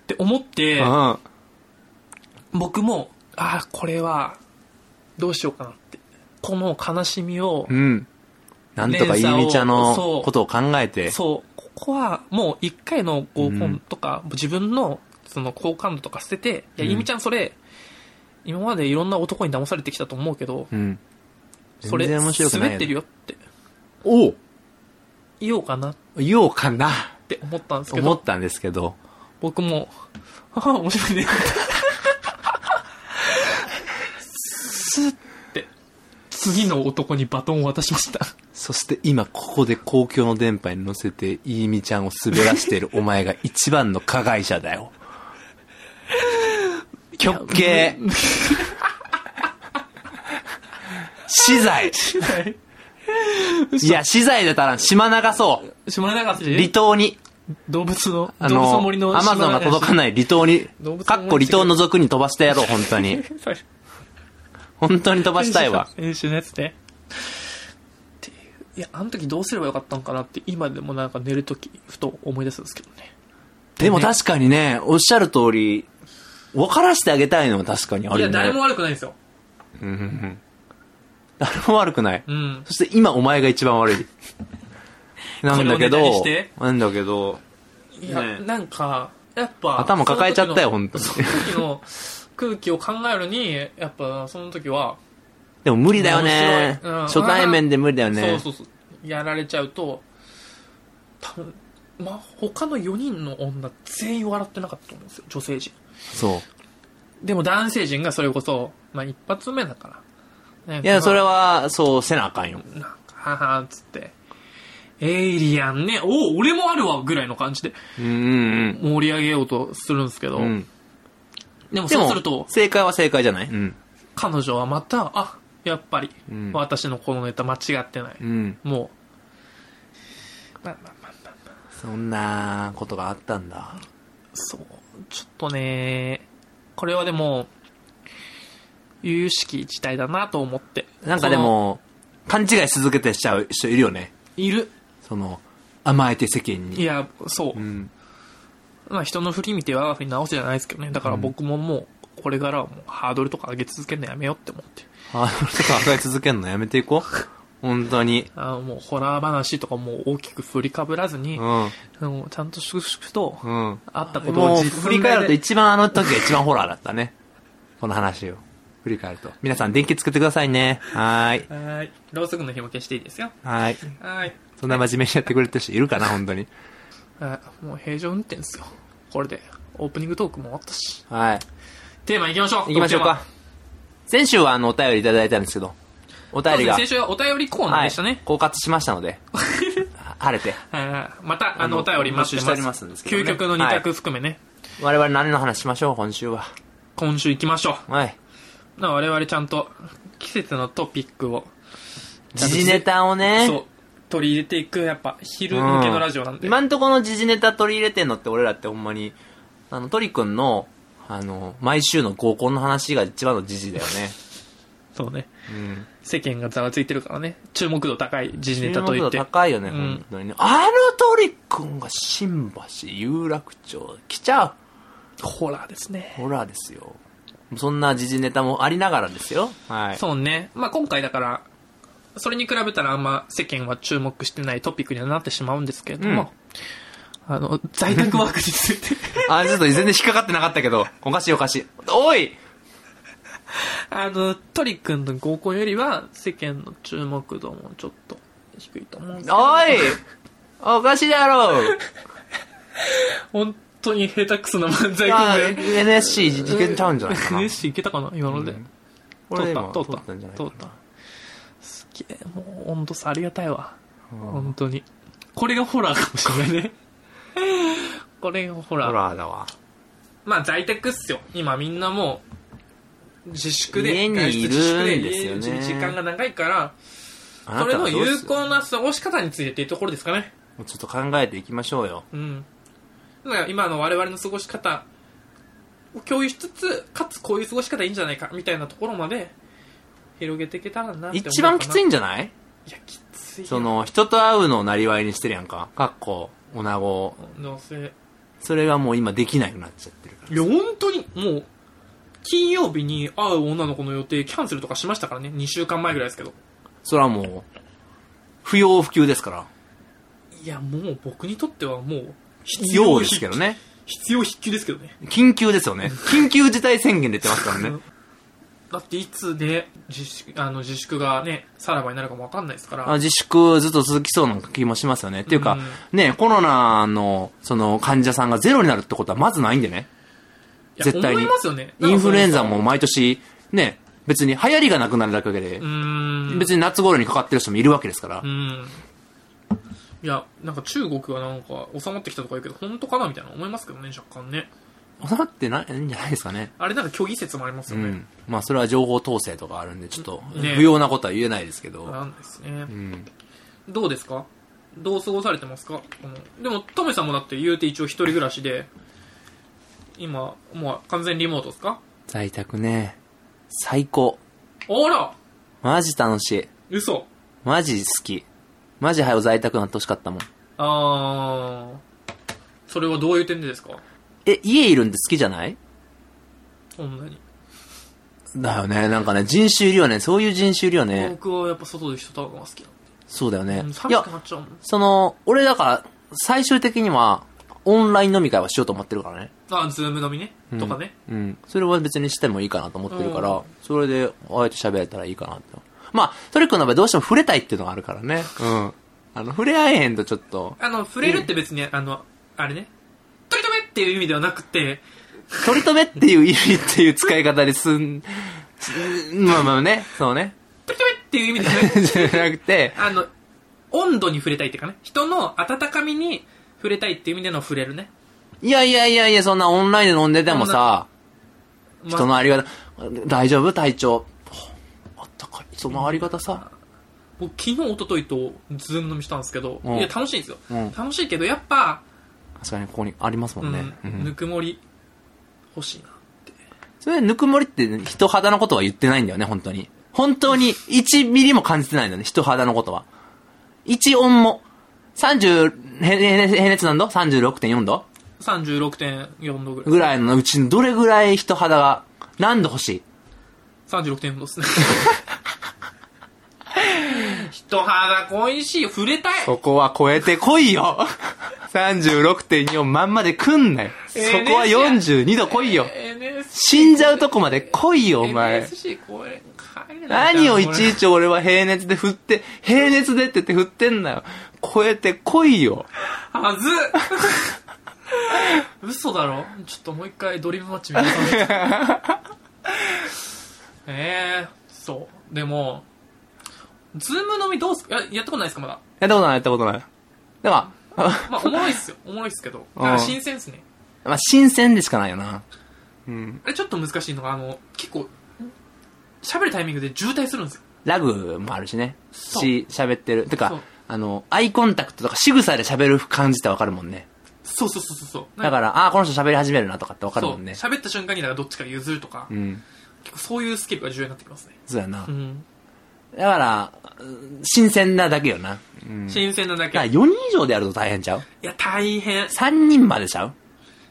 [SPEAKER 1] て思って、
[SPEAKER 2] あ
[SPEAKER 1] 僕も、ああ、これは、どうしようかなって。この悲しみを、
[SPEAKER 2] うん。なんとかいいみちゃん
[SPEAKER 1] 連鎖
[SPEAKER 2] の
[SPEAKER 1] を
[SPEAKER 2] ことを考えて。
[SPEAKER 1] そう、ここはもう一回の合コンとか、自分のその好感度とか捨てて、いや、
[SPEAKER 2] うん
[SPEAKER 1] ゆみちゃんそれ、今までいろんな男に騙されてきたと思うけど、
[SPEAKER 2] うん。
[SPEAKER 1] それ、
[SPEAKER 2] 全然面白くないよね
[SPEAKER 1] 滑ってるよって
[SPEAKER 2] おう
[SPEAKER 1] 言おうかなっ
[SPEAKER 2] 言おうかな。
[SPEAKER 1] て思ったんです
[SPEAKER 2] と
[SPEAKER 1] け
[SPEAKER 2] 思っ
[SPEAKER 1] ど、
[SPEAKER 2] たんですけど。
[SPEAKER 1] 僕も、 [laughs] はは面
[SPEAKER 2] [laughs]
[SPEAKER 1] 白いね。 [laughs] スって、次の男にバトンを渡しま
[SPEAKER 2] [laughs]
[SPEAKER 1] した。
[SPEAKER 2] そして今ここで公共の電波に乗せて、いいみちゃんを滑らしてるお前が一番の加害者
[SPEAKER 1] [laughs]
[SPEAKER 2] だよ。極刑。死罪。いや、死罪だったら島流そう。
[SPEAKER 1] 島流
[SPEAKER 2] 離
[SPEAKER 1] し、
[SPEAKER 2] 島に。
[SPEAKER 1] 動物の、
[SPEAKER 2] あ
[SPEAKER 1] 動物の
[SPEAKER 2] の
[SPEAKER 1] 森の、
[SPEAKER 2] アマゾンが届か
[SPEAKER 1] い。
[SPEAKER 2] ない離島に
[SPEAKER 1] 動物の森、
[SPEAKER 2] かっこ離島覗くに飛ばしてやろう、本当
[SPEAKER 1] [laughs]
[SPEAKER 2] に。本当に飛ばしたいわ。
[SPEAKER 1] 編集のやつねっていういやあの時どうすればよかったのかなって今でもなんか寝る時ふと思い出すんですけどね
[SPEAKER 2] でも確かにね、おっしゃる通り、分からしてあげたいのは確かにあ
[SPEAKER 1] い
[SPEAKER 2] る
[SPEAKER 1] や
[SPEAKER 2] ね。
[SPEAKER 1] 誰も悪くないんですよ
[SPEAKER 2] うんうんうん。誰も悪くない。
[SPEAKER 1] うん
[SPEAKER 2] そして今お前が一番悪い。なんだけ
[SPEAKER 1] これをネタに
[SPEAKER 2] ど
[SPEAKER 1] して、
[SPEAKER 2] なんだけど、
[SPEAKER 1] いや、
[SPEAKER 2] ね
[SPEAKER 1] なんかやっぱ
[SPEAKER 2] 頭抱えちゃったよ
[SPEAKER 1] その時の
[SPEAKER 2] 本
[SPEAKER 1] その時の空気を考えるにやっぱその時は、
[SPEAKER 2] でも無理だよね。
[SPEAKER 1] 面白いうん
[SPEAKER 2] 初対面で無理だよね。
[SPEAKER 1] そうそうそうやられちゃうと多分まあ他の4人の女全員笑ってなかったと思うんですよ女性陣
[SPEAKER 2] そう。
[SPEAKER 1] でも男性陣がそれこそ、まあ、一発目だから、ね
[SPEAKER 2] いや、それ
[SPEAKER 1] は
[SPEAKER 2] は、そうせなあかんよ。
[SPEAKER 1] なんか、ははっつって、エイリアンね、おう俺もあるわ、ぐらいの感じで
[SPEAKER 2] うんうん
[SPEAKER 1] 盛り上げようとするんですけど、
[SPEAKER 2] うん。うん、
[SPEAKER 1] でも
[SPEAKER 2] で
[SPEAKER 1] そう
[SPEAKER 2] も
[SPEAKER 1] すると、
[SPEAKER 2] 正解は正解じゃないうん。
[SPEAKER 1] 彼女はまた、あ、やっぱり、
[SPEAKER 2] うん
[SPEAKER 1] 私のこのネタ間違ってない。
[SPEAKER 2] うん。
[SPEAKER 1] もう、まあまあまあまあまあ、
[SPEAKER 2] そんなことがあったんだ。
[SPEAKER 1] そう、ちょっとね、これはでも、由々しき事態だなと思って。
[SPEAKER 2] なんかでも、勘違いし続けてしちゃう人いるよね。
[SPEAKER 1] その、いる。
[SPEAKER 2] その、甘えて世間
[SPEAKER 1] い
[SPEAKER 2] に。
[SPEAKER 1] や、そう
[SPEAKER 2] う。ん。
[SPEAKER 1] まあ、人の振り見て我が振り直せじゃないですけどね。だから僕ももう、これからはもうハードルとか上げ続けるのやめようって思って。
[SPEAKER 2] ハードルとか上がり続けるのやめていこう。本当に。
[SPEAKER 1] あのもうホラー話とかも大きく振りかぶらずに、
[SPEAKER 2] うん。
[SPEAKER 1] あのちゃんと粛々と
[SPEAKER 2] うん。
[SPEAKER 1] あったことを
[SPEAKER 2] もう
[SPEAKER 1] 実
[SPEAKER 2] 振り返ると
[SPEAKER 1] で
[SPEAKER 2] 一番あの時が一番ホラーだったね。この話を。振り返ると。皆さん電気つけてくださいね。はーい。
[SPEAKER 1] はーい。ろうそくの火も消していいですよ。
[SPEAKER 2] はーい。
[SPEAKER 1] はーい。
[SPEAKER 2] そんな真面目にやってくれてる人いるかな、本当に。
[SPEAKER 1] あもう平常運転ですよ。これで、オープニングトークも終わったし。
[SPEAKER 2] はい。
[SPEAKER 1] テーマ行きましょう。
[SPEAKER 2] 行きましょうか。先週はあの、お便りいただいたんですけど、お
[SPEAKER 1] トーク
[SPEAKER 2] 便
[SPEAKER 1] テ
[SPEAKER 2] り
[SPEAKER 1] ーマ。
[SPEAKER 2] が、
[SPEAKER 1] 先週はお便りコーナーでしたね。
[SPEAKER 2] はい、枯渇しましたの [laughs] で、あ晴れて。
[SPEAKER 1] あーまた、あの、
[SPEAKER 2] あの
[SPEAKER 1] お便り待って
[SPEAKER 2] 募集しておりますんですけどね
[SPEAKER 1] 究極の2択含めね、
[SPEAKER 2] 我々何の話しましょう、今週は。
[SPEAKER 1] 今週行きましょう。
[SPEAKER 2] はい。
[SPEAKER 1] な我々ちゃんと季節のトピックを、
[SPEAKER 2] 時事ネタをね、
[SPEAKER 1] そう、取り入れていく、やっぱ昼向けのラジオなんで。
[SPEAKER 2] 今んとこの時事ネタ取り入れてんのって俺らってほんまにあのトリくんのあの毎週の合コンの話が一番の時事だよね、
[SPEAKER 1] そうね。
[SPEAKER 2] うん、
[SPEAKER 1] 世間がざわついてるからね。注目度高い時事ネタと
[SPEAKER 2] 注
[SPEAKER 1] 言
[SPEAKER 2] 目
[SPEAKER 1] っ
[SPEAKER 2] 度
[SPEAKER 1] て。
[SPEAKER 2] 高いよね、
[SPEAKER 1] うん
[SPEAKER 2] 本当にねあのトリくんが新橋有楽町来ちゃ
[SPEAKER 1] ホラーですね。
[SPEAKER 2] うほらですよそんな時事ネタもありながらですよはい
[SPEAKER 1] そうね。まあ今回だから、それに比べたらあんま世間は注目してないトピックにはなってしまうんですけれども、あの、在宅ワークについて、 [laughs]
[SPEAKER 2] あ、ちょっと全然引っかかってなかったけど、おかしいおかしい。おい
[SPEAKER 1] あの、トリ君の合コンよりは世間の注目度もちょっと低いと思うんですけど
[SPEAKER 2] おいおかしいだろう
[SPEAKER 1] 本当に下手くそな漫才
[SPEAKER 2] あ
[SPEAKER 1] コンビ。
[SPEAKER 2] NSC いけちゃうんじゃないかな。
[SPEAKER 1] ネッシーいけたかな今ので。
[SPEAKER 2] うん
[SPEAKER 1] 通
[SPEAKER 2] 俺
[SPEAKER 1] った
[SPEAKER 2] 今
[SPEAKER 1] 通っ
[SPEAKER 2] 通ったたんじゃない
[SPEAKER 1] 通
[SPEAKER 2] か
[SPEAKER 1] っ
[SPEAKER 2] な
[SPEAKER 1] たすげえもう温度差ありがたいわ
[SPEAKER 2] うん
[SPEAKER 1] 本当にこれがホラーかもしれない
[SPEAKER 2] [laughs]
[SPEAKER 1] ねこれがホラー
[SPEAKER 2] ホラーだわ。
[SPEAKER 1] まあ在宅っすよ今みんなもう自粛で
[SPEAKER 2] 家に
[SPEAKER 1] 外出自粛
[SPEAKER 2] いるんですよね
[SPEAKER 1] 家にいる時間が長いから
[SPEAKER 2] あな
[SPEAKER 1] それ
[SPEAKER 2] た
[SPEAKER 1] の
[SPEAKER 2] はどう
[SPEAKER 1] 有
[SPEAKER 2] する
[SPEAKER 1] 効な過ごし方についてっていうところですかね
[SPEAKER 2] もうちょっと考えていきましょうよ。
[SPEAKER 1] うんだから今の我々の過ごし方を共有しつつかつこういう過ごし方いいんじゃないかみたいなところまで広げていけたらなって思うかな
[SPEAKER 2] 一番きついんじゃない
[SPEAKER 1] いやきついよ
[SPEAKER 2] その、人と会うのをなりわいにしてるやんか。かっこ、おなご。
[SPEAKER 1] どうせ
[SPEAKER 2] それがもう今できなくなっちゃってるから。
[SPEAKER 1] いや本当にもう金曜日に会う女の子の予定キャンセルとかしましたからね2週間前ぐらいですけど
[SPEAKER 2] それはもう、不要不急ですから。
[SPEAKER 1] いやもう僕にとってはもう必
[SPEAKER 2] 要ですけどね。
[SPEAKER 1] 必要必急ですけどね
[SPEAKER 2] 緊急ですよね。緊急事態宣言出てますからね。
[SPEAKER 1] [laughs] だっていつで自粛あの自粛がねさらばになるかもわかんないですから
[SPEAKER 2] あ自粛ずっと続きそうな気もしますよね。っていうか、ね、コロナの、その、患者さんがゼロになるってことはまずないんでね。
[SPEAKER 1] いや
[SPEAKER 2] 絶対に
[SPEAKER 1] 思いますよね
[SPEAKER 2] インフルエンザ
[SPEAKER 1] なんか
[SPEAKER 2] も毎年、ね、別に流行りがなくなるだけで
[SPEAKER 1] そのう、ーん
[SPEAKER 2] 別に夏頃にかかってる人もいるわけですから
[SPEAKER 1] う。んいやなんか中国はなんか収まってきたとか言うけど本当かなみたいな思いますけどね若干ね
[SPEAKER 2] 収まってないんじゃないですかね。
[SPEAKER 1] あれなんか虚偽説もあります
[SPEAKER 2] う
[SPEAKER 1] よね、
[SPEAKER 2] ん。まあ、それは情報統制とかあるんで、ちょっと、
[SPEAKER 1] ね
[SPEAKER 2] 不要なことは言えないですけど。
[SPEAKER 1] なんですね、
[SPEAKER 2] うん。
[SPEAKER 1] どうですかどう過ごされてますかこのでもトメさんもだって言うて一応一人暮らしで今もう完全リモートですか
[SPEAKER 2] 在宅ね、最高。
[SPEAKER 1] あら
[SPEAKER 2] マジ楽しい。
[SPEAKER 1] 嘘
[SPEAKER 2] マジ好き。マジ早う在宅になってほしかったもん。
[SPEAKER 1] あーそれはどういう点でですか
[SPEAKER 2] え、家いるんで好きじゃない
[SPEAKER 1] そんなに、
[SPEAKER 2] だよね。なんかね、人種いるよね。そういう人種いるよね。
[SPEAKER 1] 僕はやっぱ外で人と会うのが好きだ
[SPEAKER 2] そうだよね。い
[SPEAKER 1] 寂し
[SPEAKER 2] や
[SPEAKER 1] く、なっちゃうもん
[SPEAKER 2] その、俺だから、最終的には、オンライン飲み会はしようと思ってるからね。
[SPEAKER 1] あズーム飲みね、とかね
[SPEAKER 2] うん。それは別にしてもいいかなと思ってるか
[SPEAKER 1] う
[SPEAKER 2] ら、それで、あえて喋れたらいいかなと。まあ、トリックの場合どうしても触れたいっていうのがあるから
[SPEAKER 1] [laughs]
[SPEAKER 2] ね。うん。あの、触れ合えへんとちょっと、
[SPEAKER 1] あの触れるって別に、あのあれね取り留めっていう意味ではなくて
[SPEAKER 2] 取り留めっていう意味っていう使い方ですん、 [laughs] まあまあね、そうね。
[SPEAKER 1] 取り留めっていう意味では
[SPEAKER 2] [laughs]
[SPEAKER 1] なくて
[SPEAKER 2] じゃなくて、
[SPEAKER 1] あの、温度に触れたいっていうかね、人の温かみに触れたいっていう意味での触れるね。
[SPEAKER 2] いやいやいやいや、そんなオンラインで飲んでてもさ、
[SPEAKER 1] まあ
[SPEAKER 2] 人のありがた、大丈夫体調。あったかい。そのありがたさ。
[SPEAKER 1] 僕昨日、一昨日とズーム飲みしたんですけど、
[SPEAKER 2] うん
[SPEAKER 1] いや、楽しいんですよ。
[SPEAKER 2] うん
[SPEAKER 1] 楽しいけど、やっぱ、
[SPEAKER 2] 確かにここにありますも
[SPEAKER 1] うんん、
[SPEAKER 2] ね。うん
[SPEAKER 1] ぬくもり欲しいな。
[SPEAKER 2] それ、ぬくもりって人肌のことは言ってないんだよね、本当に。本当に1ミリも感じてないんだよね、人肌のことは。1音も。30、平熱平熱何度 ?36.4 度
[SPEAKER 1] 36.4度ぐらい。
[SPEAKER 2] ぐらいのうちにどれぐらい人肌が何度欲しい
[SPEAKER 1] 36.4度
[SPEAKER 2] [laughs]
[SPEAKER 1] ですね。人肌恋しいよ。触れたい。
[SPEAKER 2] そこは超えてこいよ !36.4 まんまで来んなよ。そこは42度来いよ。死んじゃうとこまで来いよ、お前。
[SPEAKER 1] NSC これ帰れない
[SPEAKER 2] 何をいちいち俺は平熱で振って、平熱でって言って振ってんなよ。超えて来いよ。
[SPEAKER 1] はず [laughs] っ嘘だろちょっともう一回ドリームマッチ見直さないと
[SPEAKER 2] [laughs]
[SPEAKER 1] ええそうでもズーム飲みどうすややったことないですかまだ
[SPEAKER 2] やったことない、やったことない。だから、 [laughs]
[SPEAKER 1] まあおもろいっすよおもろいっすけどなんか新鮮っすね
[SPEAKER 2] まあ、新鮮でしかないよな。うん。
[SPEAKER 1] あれちょっと難しいのがあの結構喋るタイミングで渋滞するんですよ
[SPEAKER 2] ラグもあるしね。
[SPEAKER 1] う
[SPEAKER 2] し、喋ってる。て
[SPEAKER 1] そう
[SPEAKER 2] か、あの、アイコンタクトとか仕草で喋る感じってわかるもんね。
[SPEAKER 1] そうそうそうそうそう
[SPEAKER 2] だ
[SPEAKER 1] ら
[SPEAKER 2] から、ああー、この人喋り始めるなとかってわかる
[SPEAKER 1] そ
[SPEAKER 2] も
[SPEAKER 1] うん
[SPEAKER 2] ね。
[SPEAKER 1] 喋った瞬間にだからどっちか譲るとか、
[SPEAKER 2] うん。
[SPEAKER 1] 結構そういうスキルが重要になってきますね
[SPEAKER 2] そうやな
[SPEAKER 1] う。ん
[SPEAKER 2] だから、うん新鮮なだけよな。うん。だ
[SPEAKER 1] 新鮮なだけ、
[SPEAKER 2] から
[SPEAKER 1] い
[SPEAKER 2] 4人以上でやると大変ちゃう
[SPEAKER 1] や大変
[SPEAKER 2] ?3 人までちゃう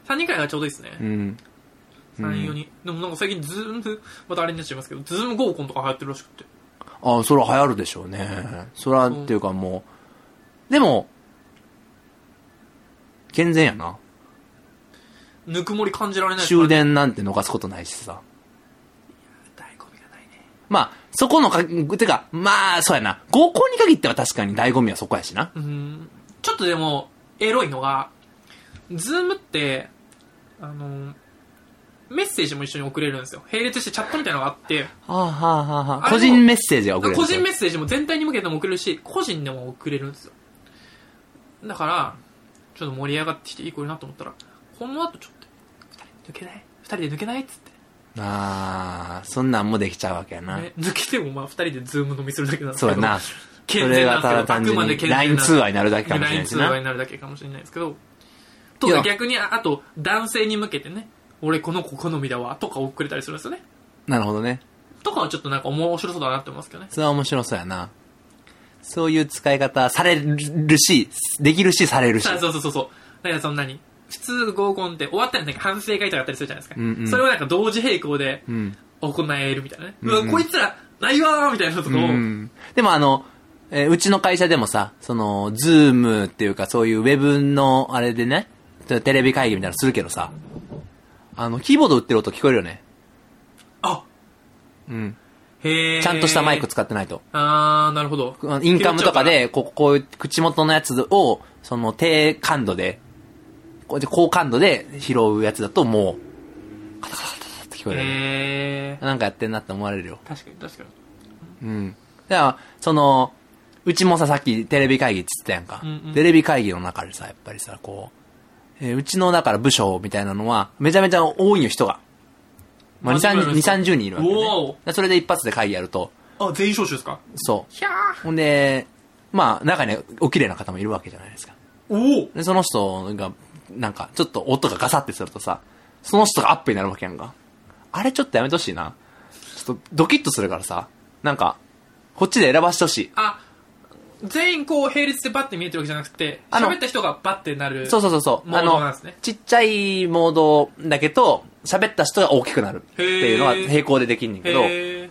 [SPEAKER 1] 3人くらいがちょうどいいですね、
[SPEAKER 2] うん。
[SPEAKER 1] 34人、でもなんか最近ズームまたあれになっちゃいますけどズーム合コンとか流行ってるらしくて
[SPEAKER 2] あそれは流行るでしょうね。それは、っていうかもう、でも、健全やな。
[SPEAKER 1] ぬくもり感じられないですか
[SPEAKER 2] 終
[SPEAKER 1] らね
[SPEAKER 2] 電なんて逃すことないしさ。
[SPEAKER 1] 醍醐味がないね
[SPEAKER 2] まあ、そこのか、てか、まあ、そうやな。合コンに限っては確かに醍醐味はそこやしな。
[SPEAKER 1] うんちょっとでもエロいのがズームってあのメッセージも一緒に送れるんですよ並列してチャットみたいなのがあって
[SPEAKER 2] はあ、はあはあは
[SPEAKER 1] あ
[SPEAKER 2] あ、
[SPEAKER 1] れも
[SPEAKER 2] 個人メッセージが送れる。
[SPEAKER 1] 個人メッセージも全体に向けても送れるし個人でも送れるんですよだからちょっと盛り上がってきていい子になと思ったらこの後ちょっと2人抜けない2人で抜けないっつって、
[SPEAKER 2] ああ、そんなんもできちゃうわけやな。
[SPEAKER 1] ね、抜けてもまあ2人でズーム飲みするだけなんですけ
[SPEAKER 2] そう
[SPEAKER 1] ど
[SPEAKER 2] やな。そ
[SPEAKER 1] 健
[SPEAKER 2] れ
[SPEAKER 1] 全な
[SPEAKER 2] が
[SPEAKER 1] んです
[SPEAKER 2] た
[SPEAKER 1] けど
[SPEAKER 2] だ単純
[SPEAKER 1] あくまで
[SPEAKER 2] に
[SPEAKER 1] 健全な
[SPEAKER 2] LINE 通話になるだけかもしれな
[SPEAKER 1] LINE
[SPEAKER 2] いし
[SPEAKER 1] 通話
[SPEAKER 2] な
[SPEAKER 1] に。なるだけかもしれないですけど
[SPEAKER 2] い
[SPEAKER 1] と
[SPEAKER 2] や
[SPEAKER 1] 逆にああと男性に向けてね俺この子好みだわとか送れたりするんですよね
[SPEAKER 2] なるほどね。
[SPEAKER 1] とかはちょっとなんか面白そうだなって思いますけどね
[SPEAKER 2] それは面白そうやな。そういう使い方されるし、できるし、されるし
[SPEAKER 1] さ。あそうそうそうそうだからそんなに普通合コンって終わったらなんか反省会とかあったりするじゃないですか、
[SPEAKER 2] うんうん
[SPEAKER 1] それをなんか同時並行で
[SPEAKER 2] うん。
[SPEAKER 1] 行えるみたいなね、う
[SPEAKER 2] うんうん
[SPEAKER 1] わこいつらないわーみたいなとこ
[SPEAKER 2] う
[SPEAKER 1] を、
[SPEAKER 2] ん。でもあの、えーうちの会社でもさ、その、ズームっていうか、そういうウェブの、あれでね、テレビ会議みたいなのするけどさ、あの、キーボード打ってる音聞こえるよね。
[SPEAKER 1] あ
[SPEAKER 2] うん。
[SPEAKER 1] へえ
[SPEAKER 2] ちゃんとしたマイク使ってないと。
[SPEAKER 1] あーなるほど
[SPEAKER 2] インカムとかで、こう、こういう口元のやつを、その低感度で、こうやって高感度で拾うやつだともう、カタカタカタカタって聞こえるよね、
[SPEAKER 1] へえ
[SPEAKER 2] なんかやってんなって思われるよ。
[SPEAKER 1] 確かに確かに
[SPEAKER 2] うん。だから、その、うちもさ、さっきテレビ会議っつったやんか。
[SPEAKER 1] うんうん
[SPEAKER 2] テレビ会議の中でさ、やっぱりさ、こう、えーうちのだから部署みたいなのは、めちゃめちゃ多いよ、人が。まあ、
[SPEAKER 1] あそうなん
[SPEAKER 2] 2、
[SPEAKER 1] ですか
[SPEAKER 2] 30人いるわけ、ね。
[SPEAKER 1] おー
[SPEAKER 2] でそれで一発で会議やると、
[SPEAKER 1] あ全員招集ですか
[SPEAKER 2] そう。
[SPEAKER 1] ひゃー
[SPEAKER 2] ほんで、まあ、中にはお綺麗な方もいるわけじゃないですか。
[SPEAKER 1] おお
[SPEAKER 2] で、その人が、なんか、ちょっと音がガサってするとさ、その人がアップになるわけやんか。あれちょっとやめてほしいな。ちょっとドキッとするからさ、なんか、こっちで選ばしてほしい。
[SPEAKER 1] あ全員こう並列でバッて見えてるわけじゃなくて
[SPEAKER 2] あの
[SPEAKER 1] 喋った人がバッてなる
[SPEAKER 2] そうそうそうそう。
[SPEAKER 1] モー
[SPEAKER 2] あ
[SPEAKER 1] ドなん
[SPEAKER 2] の
[SPEAKER 1] ですね、
[SPEAKER 2] ちっちゃいモードだけど、喋った人が大きくなるっていうのは
[SPEAKER 1] へー
[SPEAKER 2] 並行でできんねんけど、
[SPEAKER 1] へえ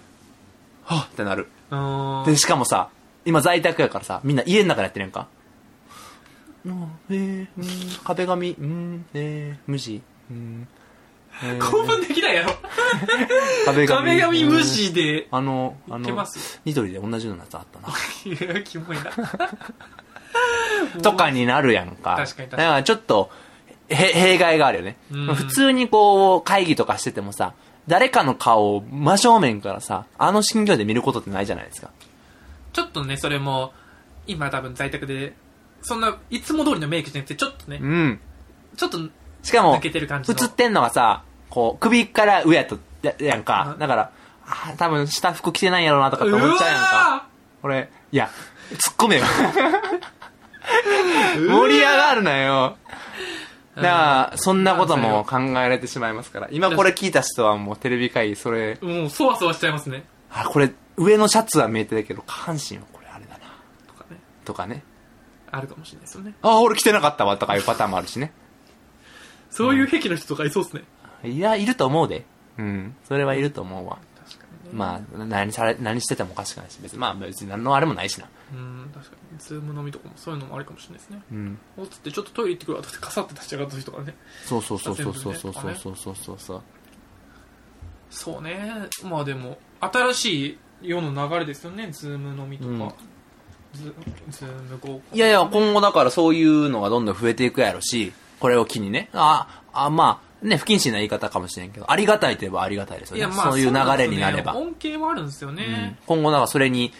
[SPEAKER 2] はぁってなる。
[SPEAKER 1] あー
[SPEAKER 2] で、しかもさ、今在宅やからさ、みんな家の中でやってるやんか。うんえー、うーん、壁紙、うん、えー、無地、うん、えー
[SPEAKER 1] 興奮できないやろ
[SPEAKER 2] 壁
[SPEAKER 1] 壁紙無
[SPEAKER 2] うん
[SPEAKER 1] 視で
[SPEAKER 2] あの、あ
[SPEAKER 1] いけま
[SPEAKER 2] の
[SPEAKER 1] す、
[SPEAKER 2] ニトリで同じようなやつあったな。
[SPEAKER 1] いやキモいな
[SPEAKER 2] とかになるやんか。
[SPEAKER 1] 確かに確かに
[SPEAKER 2] だからちょっと、へ、弊害があるよね。
[SPEAKER 1] うん
[SPEAKER 2] 普通にこう、会議とかしててもさ、誰かの顔を真正面からさ、あの心境で見ることってないじゃないですか。
[SPEAKER 1] ちょっとねそれも今多分在宅でそんないつも通りのメイクじゃなくてちょっとね
[SPEAKER 2] うん。
[SPEAKER 1] ちょっと
[SPEAKER 2] しかも、
[SPEAKER 1] 抜けてる感じの
[SPEAKER 2] 映ってんのがさ、こう、首から上やと、ややん
[SPEAKER 1] う
[SPEAKER 2] か
[SPEAKER 1] ん。
[SPEAKER 2] だから、あー多分下服着てないんやろうなとかって
[SPEAKER 1] う
[SPEAKER 2] 思っちゃうやんか。
[SPEAKER 1] わ
[SPEAKER 2] 俺、いや、突っ込め [laughs] よ。盛り上がるなよ。だから、そんなことも考えられてしまいますから。今これ聞いた人はもうテレビ会議、それ、
[SPEAKER 1] ーもうそわそわしちゃいますね
[SPEAKER 2] あ、これ、上のシャツは見えてるけど、下半身はこれあれだな。
[SPEAKER 1] とかね
[SPEAKER 2] とかね。
[SPEAKER 1] あるかもしれないですよね
[SPEAKER 2] あ、俺着てなかったわ、とかいうパターンもあるしね。
[SPEAKER 1] そういう癖の人とかいそうですね
[SPEAKER 2] いや、いると思うで。うん。それはいると思うわ。
[SPEAKER 1] 確かにね
[SPEAKER 2] まあ、何され、何しててもおかしくないし、別に、まあ別に何のあれもないしな。
[SPEAKER 1] うん確かにズーム飲みとかもそういうのもあるかもしれないですね
[SPEAKER 2] うん。
[SPEAKER 1] おっつってちょっとトイレ行ってくるわだってカサって立ち上がった時とかね
[SPEAKER 2] そうそうそうそうそうそうそうそうそうそうそう。
[SPEAKER 1] そうねまあでも新しい世の流れですよねズーム飲みとか、
[SPEAKER 2] うん
[SPEAKER 1] ズズーム合コン
[SPEAKER 2] いやいや、今後だからそういうのがどんどん増えていくやろし、これを機にね。あ、あ、まあ、ね、不謹慎な言い方かもしれんけど、ありがたいといえばありがたいですよね。そういう流れになれば。
[SPEAKER 1] そうなんですよね恩恵もあるんですよ
[SPEAKER 2] うん
[SPEAKER 1] ね、
[SPEAKER 2] 今後なんかそれに、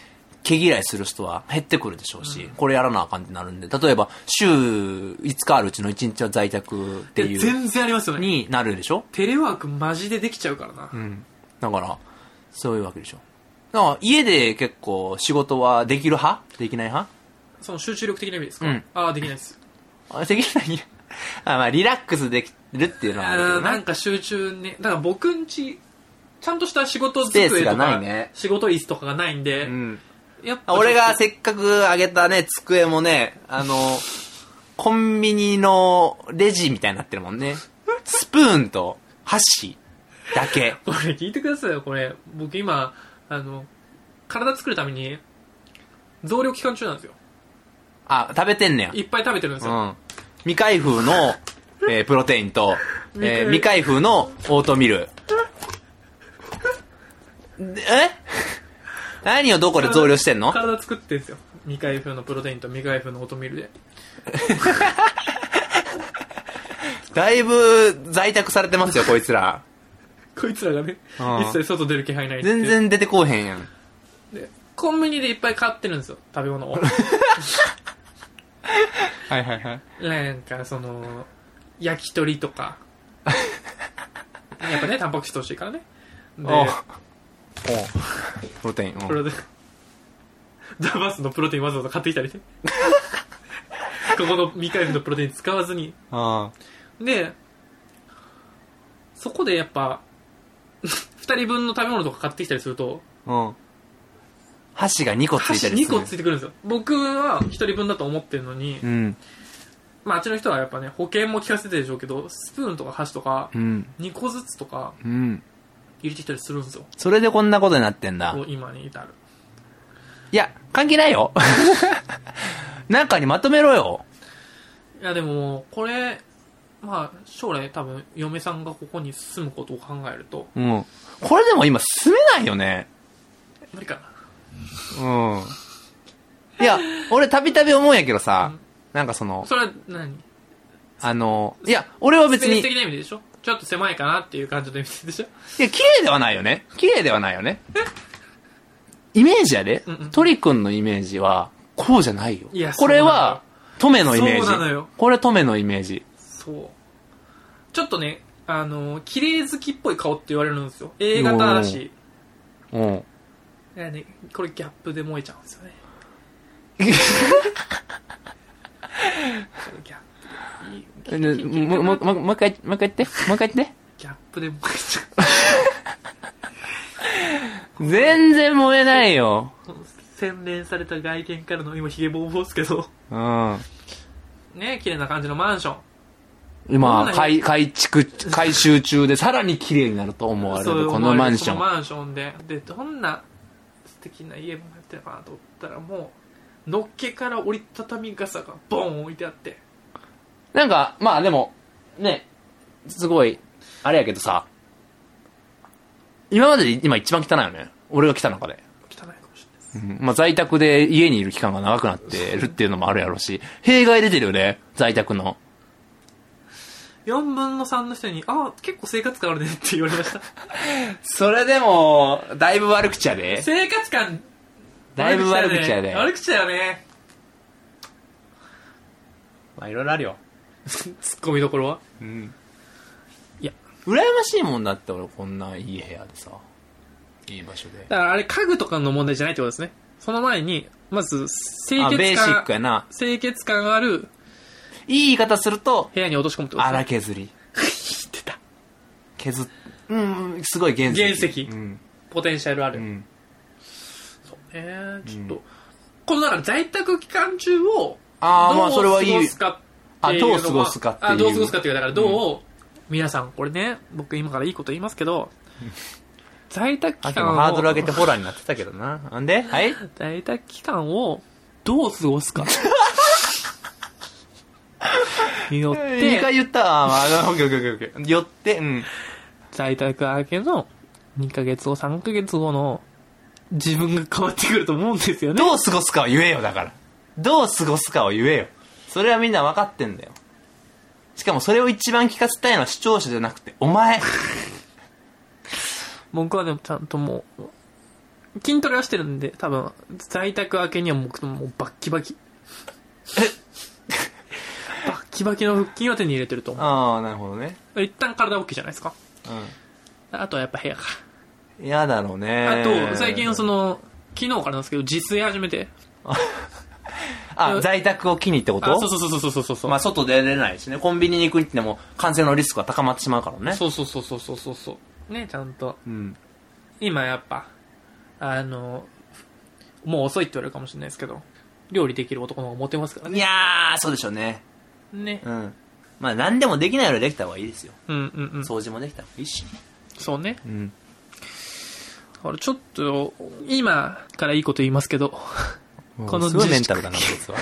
[SPEAKER 2] 毛嫌いする人は減ってくるでしょうし、これやらなあかんってなるんで、例えば、週5日あるうちの1日は在宅って
[SPEAKER 1] い
[SPEAKER 2] い
[SPEAKER 1] や
[SPEAKER 2] う、
[SPEAKER 1] 全然ありますよね
[SPEAKER 2] になるでしょ
[SPEAKER 1] テレワークマジでできちゃうからな、
[SPEAKER 2] うん。だから、そういうわけでしょ。だから、家で結構仕事はできる派できない派
[SPEAKER 1] その集中力的な意味ですか、
[SPEAKER 2] うん
[SPEAKER 1] ああできないです
[SPEAKER 2] あできない [laughs] あ、まあ、リラックスできるっていうのはあるけ
[SPEAKER 1] あ
[SPEAKER 2] ど
[SPEAKER 1] ーな
[SPEAKER 2] な。
[SPEAKER 1] んか集中ねだから僕んちちゃんとした仕事
[SPEAKER 2] スペー
[SPEAKER 1] 机
[SPEAKER 2] スが
[SPEAKER 1] と
[SPEAKER 2] な
[SPEAKER 1] か、
[SPEAKER 2] いね
[SPEAKER 1] 仕事椅子とかがないんで、
[SPEAKER 2] うん。
[SPEAKER 1] やっぱ
[SPEAKER 2] 俺
[SPEAKER 1] ち
[SPEAKER 2] が
[SPEAKER 1] ょっ
[SPEAKER 2] せっかくあげたね、机もね、あの、コンビニのレジみたいになってるもんね。スプーンと箸だけ。
[SPEAKER 1] とこれ聞いてくださいよこれ僕今あの体作るために、増量期間中なんですよ。
[SPEAKER 2] あ、食べてんねや。
[SPEAKER 1] いっぱい食べてるんです
[SPEAKER 2] う
[SPEAKER 1] よ。
[SPEAKER 2] ん。未開封の、えープロテインと、えー未開封のオートミル。でえ何をどこで増量してんの
[SPEAKER 1] 体作ってんですよ。未開封のプロテインと未開封のオートミールで。
[SPEAKER 2] だいぶ在宅されてますよ、こいつら。
[SPEAKER 1] こいつらがね、
[SPEAKER 2] うん
[SPEAKER 1] 一切外出る気配ないっていう
[SPEAKER 2] 全然出てこうへんやん。
[SPEAKER 1] でコンビニでいっぱい買ってるんですよ、食べ物を。
[SPEAKER 2] はいはいはい。
[SPEAKER 1] なんか、その、焼き鳥と
[SPEAKER 2] [laughs]
[SPEAKER 1] か。やっぱね、タンパク質欲しいからね。で、
[SPEAKER 2] おうおうプロテイン。
[SPEAKER 1] プ
[SPEAKER 2] うん
[SPEAKER 1] ロテイン。ザバスのプロテインわざわざ買ってきた
[SPEAKER 2] [laughs]
[SPEAKER 1] りして。ここの未開封のプロテイン使わずに。
[SPEAKER 2] あ
[SPEAKER 1] で、そこでやっぱ、二人分の食べ物とか買ってきたりすると、
[SPEAKER 2] あうん。箸が2個つい
[SPEAKER 1] 箸
[SPEAKER 2] てる。
[SPEAKER 1] 2個ついてくるんですよ。僕は一人分だと思ってるのに、
[SPEAKER 2] うん。
[SPEAKER 1] まああっちの人はやっぱね、保険も効かせてるでしょうけど、スプーンとか箸とか
[SPEAKER 2] う、ん。
[SPEAKER 1] 2個ずつとか
[SPEAKER 2] うん。
[SPEAKER 1] 入れてきたりするんですよ。
[SPEAKER 2] それでこんなことになってんだ
[SPEAKER 1] も。う今に至る。
[SPEAKER 2] いや、関係な
[SPEAKER 1] [laughs]
[SPEAKER 2] いよ。なんかにまとめろよ。
[SPEAKER 1] いやでも、これ、まあ将来多分嫁さんがここに住むことを考えると、
[SPEAKER 2] うん。これでも今住めないよね。
[SPEAKER 1] 無理かな。
[SPEAKER 2] うん。いや、俺たびたび思うんやけどさ
[SPEAKER 1] うん、
[SPEAKER 2] なんかその、
[SPEAKER 1] それは何
[SPEAKER 2] あの、いや、俺は別
[SPEAKER 1] スペー
[SPEAKER 2] に、
[SPEAKER 1] ス
[SPEAKER 2] いや、
[SPEAKER 1] 的な意味でしょちょっと狭いかなっていう感じの意味でしょ
[SPEAKER 2] 綺麗ではないよね。綺麗ではないよね。イメージやで
[SPEAKER 1] うんうん。
[SPEAKER 2] トリ君のイメージは、こうじゃないよ
[SPEAKER 1] いや。
[SPEAKER 2] これは、トメのイメ
[SPEAKER 1] そうなの
[SPEAKER 2] ー
[SPEAKER 1] よ
[SPEAKER 2] ジ。これトメのイメージ。
[SPEAKER 1] そう。ちょっとね、あの、綺麗好きっぽい顔って言われるんですよ。A 型だし、
[SPEAKER 2] うん。
[SPEAKER 1] いやね、これギャップで燃えちゃうんですよ
[SPEAKER 2] [laughs]
[SPEAKER 1] ね。これギャップでいいギャ
[SPEAKER 2] も、も、も、もう一回、もう一回言って。もう一回言って。
[SPEAKER 1] ギャップで燃えちゃ
[SPEAKER 2] 全然燃えないよ。
[SPEAKER 1] う。洗練された外見からの今ヒゲボーボーですけど、
[SPEAKER 2] うん。
[SPEAKER 1] ね、綺麗な感じのマンション。
[SPEAKER 2] 今、
[SPEAKER 1] どんな
[SPEAKER 2] 改改築、改修中でさらに綺麗になると思われ
[SPEAKER 1] そう
[SPEAKER 2] る、このマンショ
[SPEAKER 1] この
[SPEAKER 2] ン。
[SPEAKER 1] マンションで。で、どんな素敵な家もやってるかなと思ったら、もう、のっけから折りたたみ傘がボーン置いてあって。
[SPEAKER 2] なんか、まあでも、ね、すごい、あれやけどさ、今までで今一番汚いよね。俺が来た中で。
[SPEAKER 1] 汚いかもしれないです。
[SPEAKER 2] うんまあ在宅で家にいる期間が長くなってるっていうのもあるやろうし、弊害出てるよね、在宅の。
[SPEAKER 1] 4分の3の人に、あ、結構生活感あるねって言われま
[SPEAKER 2] [laughs]
[SPEAKER 1] した。
[SPEAKER 2] それでも、だいぶ悪口やで。
[SPEAKER 1] 生活感、
[SPEAKER 2] だいぶ悪口やで。
[SPEAKER 1] 悪口だよね。
[SPEAKER 2] まあいろいろあるよ。
[SPEAKER 1] ツッコミどころは
[SPEAKER 2] うん。
[SPEAKER 1] いや。
[SPEAKER 2] 羨ましいもんだって俺こんないい部屋でさ、いい場所で。
[SPEAKER 1] だからあれ家具とかの問題じゃないってことですね。その前に、まず、清
[SPEAKER 2] あ、ベー
[SPEAKER 1] 潔
[SPEAKER 2] シッ
[SPEAKER 1] 感
[SPEAKER 2] ク、やな。
[SPEAKER 1] 清潔感がある
[SPEAKER 2] いい言い方すると、
[SPEAKER 1] 部屋に落とし込むってこと
[SPEAKER 2] 荒削 [laughs] り。
[SPEAKER 1] ですね。知ってた。
[SPEAKER 2] 削っ、うん、うんすごい原石。
[SPEAKER 1] 原石
[SPEAKER 2] うん。
[SPEAKER 1] ポテンシャルあ
[SPEAKER 2] う
[SPEAKER 1] る。
[SPEAKER 2] ん。
[SPEAKER 1] そうね。ちょっと、このだから在宅期間中を、
[SPEAKER 2] ああ、まあそれはい
[SPEAKER 1] どう過
[SPEAKER 2] い
[SPEAKER 1] ご。すかっ
[SPEAKER 2] あ、
[SPEAKER 1] ていう
[SPEAKER 2] ど
[SPEAKER 1] の
[SPEAKER 2] う
[SPEAKER 1] が
[SPEAKER 2] 過ごすかっていう。
[SPEAKER 1] あ、どう過ごすかっていうか、だからどう、皆さんこれね、僕今からいいこと言いますけど、在宅
[SPEAKER 2] あ
[SPEAKER 1] 期
[SPEAKER 2] で
[SPEAKER 1] 間
[SPEAKER 2] も
[SPEAKER 1] を、
[SPEAKER 2] ハードル上げてホラーになってたけどな。なんではい
[SPEAKER 1] 在宅期間をどう過ご
[SPEAKER 2] [laughs]
[SPEAKER 1] すか。によっ
[SPEAKER 2] 一回
[SPEAKER 1] て、
[SPEAKER 2] 言った。あー、ま [laughs] あ、オッケーオッケーオッケーオッケー。よって、うん。
[SPEAKER 1] 在宅明けの2ヶ月後、3ヶ月後の自分が変わってくると思うんですよね。
[SPEAKER 2] どう過ごすかを言えよ、だから。どう過ごすかを言えよ。それはみんな分かってんだよ。しかもそれを一番聞かせたいのは視聴者じゃなくて、お [laughs] 前。
[SPEAKER 1] 僕はでもちゃんともう、筋トレはしてるんで、多分、在宅明けには僕もうバッキバキ。 [laughs] バッキバキの腹筋を手に入れてると思
[SPEAKER 2] ああ、なるほどね。
[SPEAKER 1] う。一旦体大きいじゃないですか。
[SPEAKER 2] う
[SPEAKER 1] あとはやっぱ部屋か。
[SPEAKER 2] ん。嫌だろうね。
[SPEAKER 1] あと、最近はその、昨日からなんですけど、自炊始めて。
[SPEAKER 2] あ、在宅を機にってこと
[SPEAKER 1] あ、そうそうそうそうそうそうそう。
[SPEAKER 2] まあ、外出れないしね。コンビニに行くにっても、感染のリスクが高まってしまうからね。
[SPEAKER 1] そうそうそうそうそうそうそう。ね、ちゃんと。
[SPEAKER 2] うん。
[SPEAKER 1] 今やっぱ、あの、もう遅いって言われるかもしれないですけど、料理できる男の方がモテますから
[SPEAKER 2] い
[SPEAKER 1] ね。
[SPEAKER 2] やー、そうでしょうね。
[SPEAKER 1] ね。
[SPEAKER 2] うん。まあ、何でもできないよりできた方がいいですよ。
[SPEAKER 1] うんうんうん。
[SPEAKER 2] 掃除もできた方がいいし。
[SPEAKER 1] そうね。
[SPEAKER 2] うん。
[SPEAKER 1] だからちょっと、今からいいこと言いますけど、こ
[SPEAKER 2] こ
[SPEAKER 1] の
[SPEAKER 2] のすごいメンタルだな、こいつは。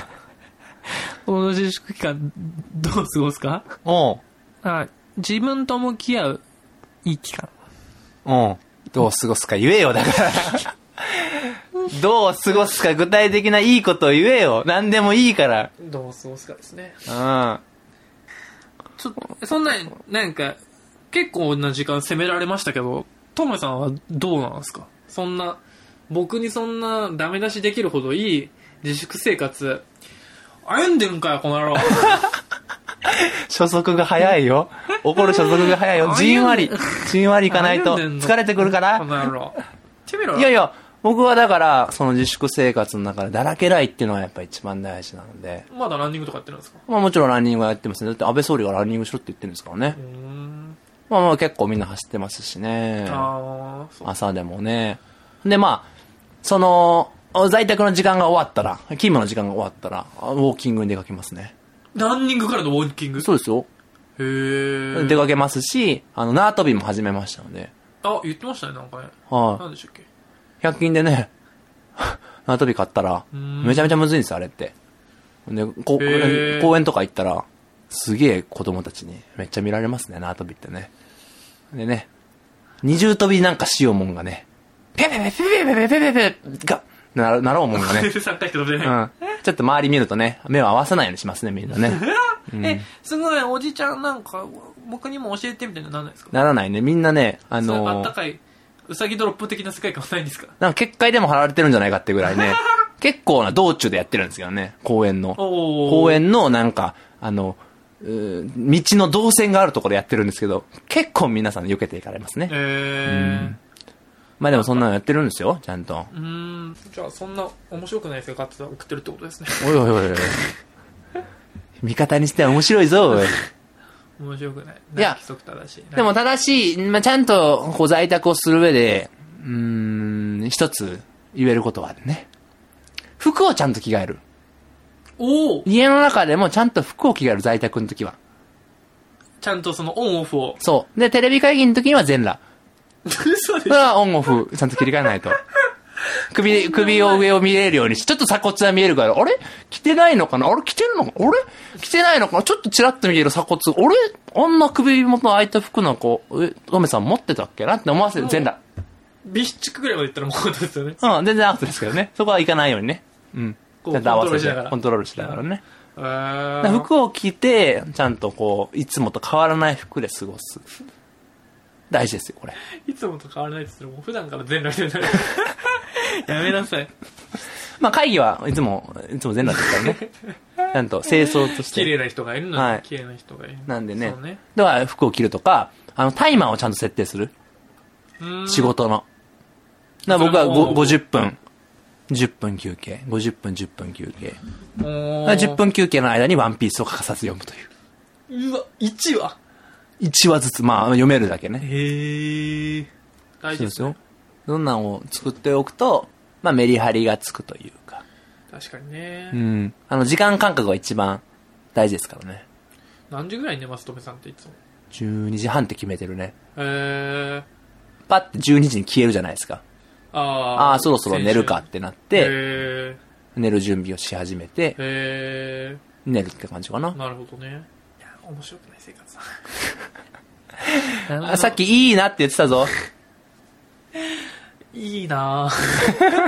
[SPEAKER 1] この自粛期間、どう過ごすか
[SPEAKER 2] お
[SPEAKER 1] あ自分と向き合う、いい期間。
[SPEAKER 2] うん。うん。どう過ごすか言えよ、だから。 [laughs] どう過ごすか具体的ないいことを言えよ。何でもいいから。
[SPEAKER 1] どう過ごすかですね。
[SPEAKER 2] うん。
[SPEAKER 1] ちょっと、そんな、なんか、結構な時間責められましたけど、トムさんはどうなんですかそんな、僕にそんなダメ出しできるほどいい自粛生活、歩んでるんかよ、この野
[SPEAKER 2] [laughs]
[SPEAKER 1] 郎。
[SPEAKER 2] 初速が早いよ。怒る初速が早 [laughs] いよ。じんわり、じんわりいかないと
[SPEAKER 1] 歩んでんの
[SPEAKER 2] 疲れてくるか
[SPEAKER 1] こ
[SPEAKER 2] ら。
[SPEAKER 1] の野郎。てみろよ
[SPEAKER 2] いやいや、僕はだから、その自粛生活の中でだらけないっていうのはやっぱ一番大事なので。
[SPEAKER 1] まだランニングとかやってるんですか
[SPEAKER 2] まあもちろんランニングはやってますね。だって安倍総理がランニングしろって言ってるんですからね
[SPEAKER 1] う。ーん。
[SPEAKER 2] まあまあ結構みんな走ってますしね。
[SPEAKER 1] あー、そう。
[SPEAKER 2] 朝でもね。でまあ、その、在宅の時間が終わったら、勤務の時間が終わったら、ウォーキングに出かけますね。
[SPEAKER 1] ランニングからのウォーキング
[SPEAKER 2] そうですよ。
[SPEAKER 1] へー。
[SPEAKER 2] 出かけますし、あの、縄跳びも始めましたので。
[SPEAKER 1] あ、言ってましたね、なんかね。
[SPEAKER 2] はい、
[SPEAKER 1] なんでしたっけ
[SPEAKER 2] 100均でね、縄跳び買ったら、
[SPEAKER 1] ん
[SPEAKER 2] めちゃめちゃむずいんですよ、あれって。で、こ
[SPEAKER 1] へー
[SPEAKER 2] 公園とか行ったら、すげえ子供たちにめっちゃ見られますね、縄跳びってね。でね、二重跳びなんかしようもんがね、ペペペペペペペペペペが、ななろうもん
[SPEAKER 1] [laughs]
[SPEAKER 2] がね
[SPEAKER 1] 全。然3回しか飛べ
[SPEAKER 2] う
[SPEAKER 1] ない。
[SPEAKER 2] ん。ちょっと周り見るとね、目を合わさないようにしますね、みんなね。
[SPEAKER 1] [laughs] え、すごい、おじちゃんなんか、僕にも教えてみたいなのなんないですか
[SPEAKER 2] ならないね、みんなね、あ
[SPEAKER 1] そ
[SPEAKER 2] の
[SPEAKER 1] う
[SPEAKER 2] ー
[SPEAKER 1] あったかい、うさぎドロップ的な世界観はないんですか
[SPEAKER 2] なんか結界でも貼られてるんじゃないかってぐらい [laughs] ね、結構な道中でやってるんですけどね、公園の。
[SPEAKER 1] おー
[SPEAKER 2] 公園のなんか、あの、うー道の動線があるところでやってるんですけど、結構皆さん避けていかれますね。
[SPEAKER 1] え
[SPEAKER 2] まあでもそんなのやってるんですよ、ちゃんと。
[SPEAKER 1] ー。うーん。じゃあ、そんな面白くないですか勝手送ってるってことですね。 [laughs]
[SPEAKER 2] おいおいおいお [laughs] い。味方にしては面白いぞ、お [laughs] い。
[SPEAKER 1] 面白くない。
[SPEAKER 2] いや
[SPEAKER 1] 規則正しい。
[SPEAKER 2] でも、正しい、まあ、ちゃんとこう在宅をする上で、うーん、一つ言えることはね。服をちゃんと着替える。
[SPEAKER 1] おお
[SPEAKER 2] 家の中でもちゃんと服を着替える、在宅の時は。
[SPEAKER 1] ちゃんとそのオンオフ
[SPEAKER 2] [laughs]
[SPEAKER 1] を。
[SPEAKER 2] そう。で、テレビ会議の時には全裸。
[SPEAKER 1] 嘘で
[SPEAKER 2] それはオンオフ、ちゃんと切り替え
[SPEAKER 1] [laughs]
[SPEAKER 2] ないと。首、首を上を見れるようにし、ちょっと鎖骨は見えるから、あれ着てないのかなあれ着てるのかあれ着てないのかなちょっとチラッと見える鎖骨。あれあんな首元の開いた服なんか、え、トメさん持ってたっけなって思わせる。全裸。
[SPEAKER 1] ビッチックぐらいまでいったらもうことですよね。
[SPEAKER 2] うん、全然アウトですけどね。そこは行かないようにね。うん。
[SPEAKER 1] こう
[SPEAKER 2] ちゃんと合
[SPEAKER 1] コ
[SPEAKER 2] わせ
[SPEAKER 1] ントロールしなが
[SPEAKER 2] て
[SPEAKER 1] ら、
[SPEAKER 2] コントロールしながらね。
[SPEAKER 1] えー
[SPEAKER 2] だから服を着て、ちゃんとこう、いつもと変わらない服で過ごす。大事ですよ、これ。
[SPEAKER 1] いつもと変わらないですけど、もう普段から全裸み
[SPEAKER 2] [laughs]
[SPEAKER 1] たいな。やめなさい。
[SPEAKER 2] まあ会議はいつも、いつも全裸ですから
[SPEAKER 1] [laughs]
[SPEAKER 2] ね。ちゃんと清掃とし
[SPEAKER 1] 綺
[SPEAKER 2] て。
[SPEAKER 1] 麗な人がいるのに、
[SPEAKER 2] はい
[SPEAKER 1] 綺麗な人がいる。
[SPEAKER 2] なんでね
[SPEAKER 1] そうね。。
[SPEAKER 2] だから服を着るとか、あの、タイマーをちゃんと設定する。
[SPEAKER 1] うーん
[SPEAKER 2] 仕事の。だから僕は
[SPEAKER 1] それも
[SPEAKER 2] ご50分。10分休憩。50分、10分休憩。
[SPEAKER 1] お
[SPEAKER 2] だか
[SPEAKER 1] ー
[SPEAKER 2] ら10分休憩の間にワンピースを欠かさず読むという。
[SPEAKER 1] うわ、1話。
[SPEAKER 2] 1話ずつ、まあ読めるだけね。
[SPEAKER 1] へえ。大事
[SPEAKER 2] そう
[SPEAKER 1] で
[SPEAKER 2] ですす
[SPEAKER 1] ね。
[SPEAKER 2] よ。どんなんを作っておくと、まあメリハリがつくというか。
[SPEAKER 1] 確かにね、
[SPEAKER 2] うん。あの、時間感覚が一番大事ですからね。
[SPEAKER 1] 何時ぐらいに寝ます、とめさんっていつも。
[SPEAKER 2] 12時半って決めてるね。
[SPEAKER 1] えー、
[SPEAKER 2] パッて12時に消えるじゃないですか。
[SPEAKER 1] あ
[SPEAKER 2] ああー、そろそろ寝るかってなっ
[SPEAKER 1] で、へ
[SPEAKER 2] て、
[SPEAKER 1] ー
[SPEAKER 2] 寝る準備をし始めて、
[SPEAKER 1] へ
[SPEAKER 2] 寝るって感じかな
[SPEAKER 1] ー。なるほどね。いや、面白くない生活だ。
[SPEAKER 2] [laughs] あさっ。きいいなって言って
[SPEAKER 1] [laughs]
[SPEAKER 2] たぞ。
[SPEAKER 1] いいな [laughs] ぁ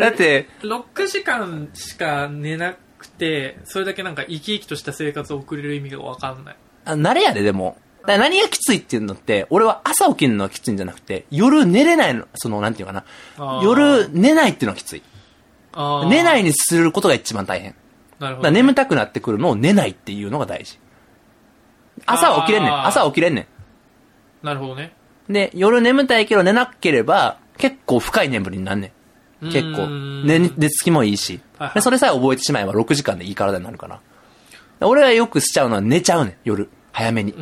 [SPEAKER 2] だって、
[SPEAKER 1] 6時間しか寝なくて、それだけなんか生き生きとした生活を送れる意味がわかんない。
[SPEAKER 2] あ慣れやで、でも。だから何がきついっていうのって、俺は朝起きるのはきついんじゃなくて、夜寝れないの、その、なんていうか
[SPEAKER 1] あ
[SPEAKER 2] な。
[SPEAKER 1] ー
[SPEAKER 2] 夜寝ないっていうのはきつい。
[SPEAKER 1] あー
[SPEAKER 2] 寝ないにすることが一番大変。
[SPEAKER 1] なる
[SPEAKER 2] だ
[SPEAKER 1] ほ
[SPEAKER 2] か
[SPEAKER 1] ど
[SPEAKER 2] ら
[SPEAKER 1] ね、
[SPEAKER 2] 眠たくなってくるのを寝ないっていうのが大事。朝は起きれんね
[SPEAKER 1] あー
[SPEAKER 2] ん。朝は起きれんね
[SPEAKER 1] なるほどね。
[SPEAKER 2] ん。で、夜眠たいけど寝なければ、結構深い眠りになんねん。結
[SPEAKER 1] う
[SPEAKER 2] 構
[SPEAKER 1] ー。ん
[SPEAKER 2] 寝、寝つきもいいし
[SPEAKER 1] はいは。い
[SPEAKER 2] で、それさえ覚えてしまえば6時間でいい体になるから。俺がよくしちゃうのは寝ちゃうねん、夜。早めに
[SPEAKER 1] う。ー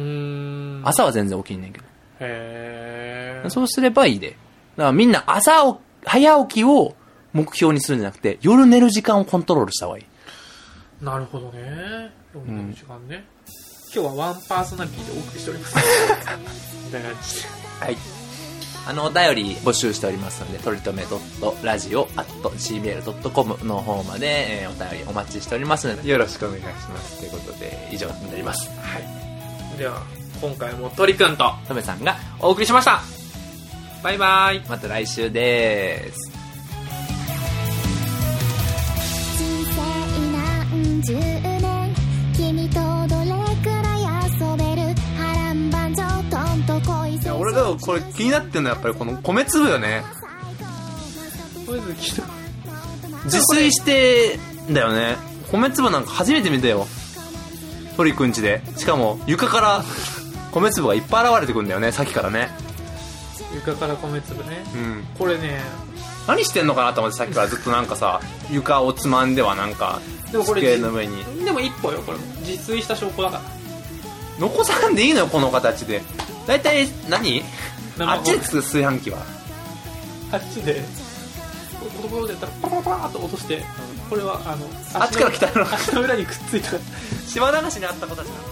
[SPEAKER 1] ん。
[SPEAKER 2] 朝は全然起きんねんけど。
[SPEAKER 1] へー
[SPEAKER 2] そうすればいいで。だからみんな朝を、早起きを目標にするんじゃなくて、夜寝る時間をコントロールした方がいい。
[SPEAKER 1] なるほどね。読んでる時間ね。
[SPEAKER 2] [laughs]
[SPEAKER 1] 今日はワンパーソナリティでお送りしております。みたいな感じで
[SPEAKER 2] はい。
[SPEAKER 3] 「
[SPEAKER 2] あのお便り募集しておりますので、とりとめ .radio.gmail.com の方まで、えーお便りお待ちしておりますので、よろしくお願いします。ということで、以上になります。
[SPEAKER 1] はいでは今回も鳥くんと
[SPEAKER 2] とめさんが、
[SPEAKER 1] お送りしましたバイバイ
[SPEAKER 2] また来週です。
[SPEAKER 3] 人生何十年君とどれくらい遊べる波乱万丈どんと恋
[SPEAKER 2] い
[SPEAKER 3] す
[SPEAKER 2] や俺だからこれ気になってんのはやっぱりこの米粒よね自炊してだよね米粒なんか初めて見たよ鳥くんちでしかも床から米粒がいっぱい現れてくんだよねさっきからね
[SPEAKER 1] 床から米粒ね
[SPEAKER 2] うん
[SPEAKER 1] これね
[SPEAKER 2] 何してんのかなと思ってさっきからずっとなんかさ床をつまんではなんか
[SPEAKER 1] でもこれ
[SPEAKER 2] 机の上に
[SPEAKER 1] でも一歩よこれも自炊した証拠だから
[SPEAKER 2] 残さんでいいのよこの形で大体何
[SPEAKER 1] 生米
[SPEAKER 2] あっちで作る炊飯器は
[SPEAKER 1] あっちでこうボロボロでやったらパラパラパラっと落としてこれはあの
[SPEAKER 2] あっちから来たの
[SPEAKER 1] 足の裏にくっついた
[SPEAKER 2] 島流しにあった子たちなの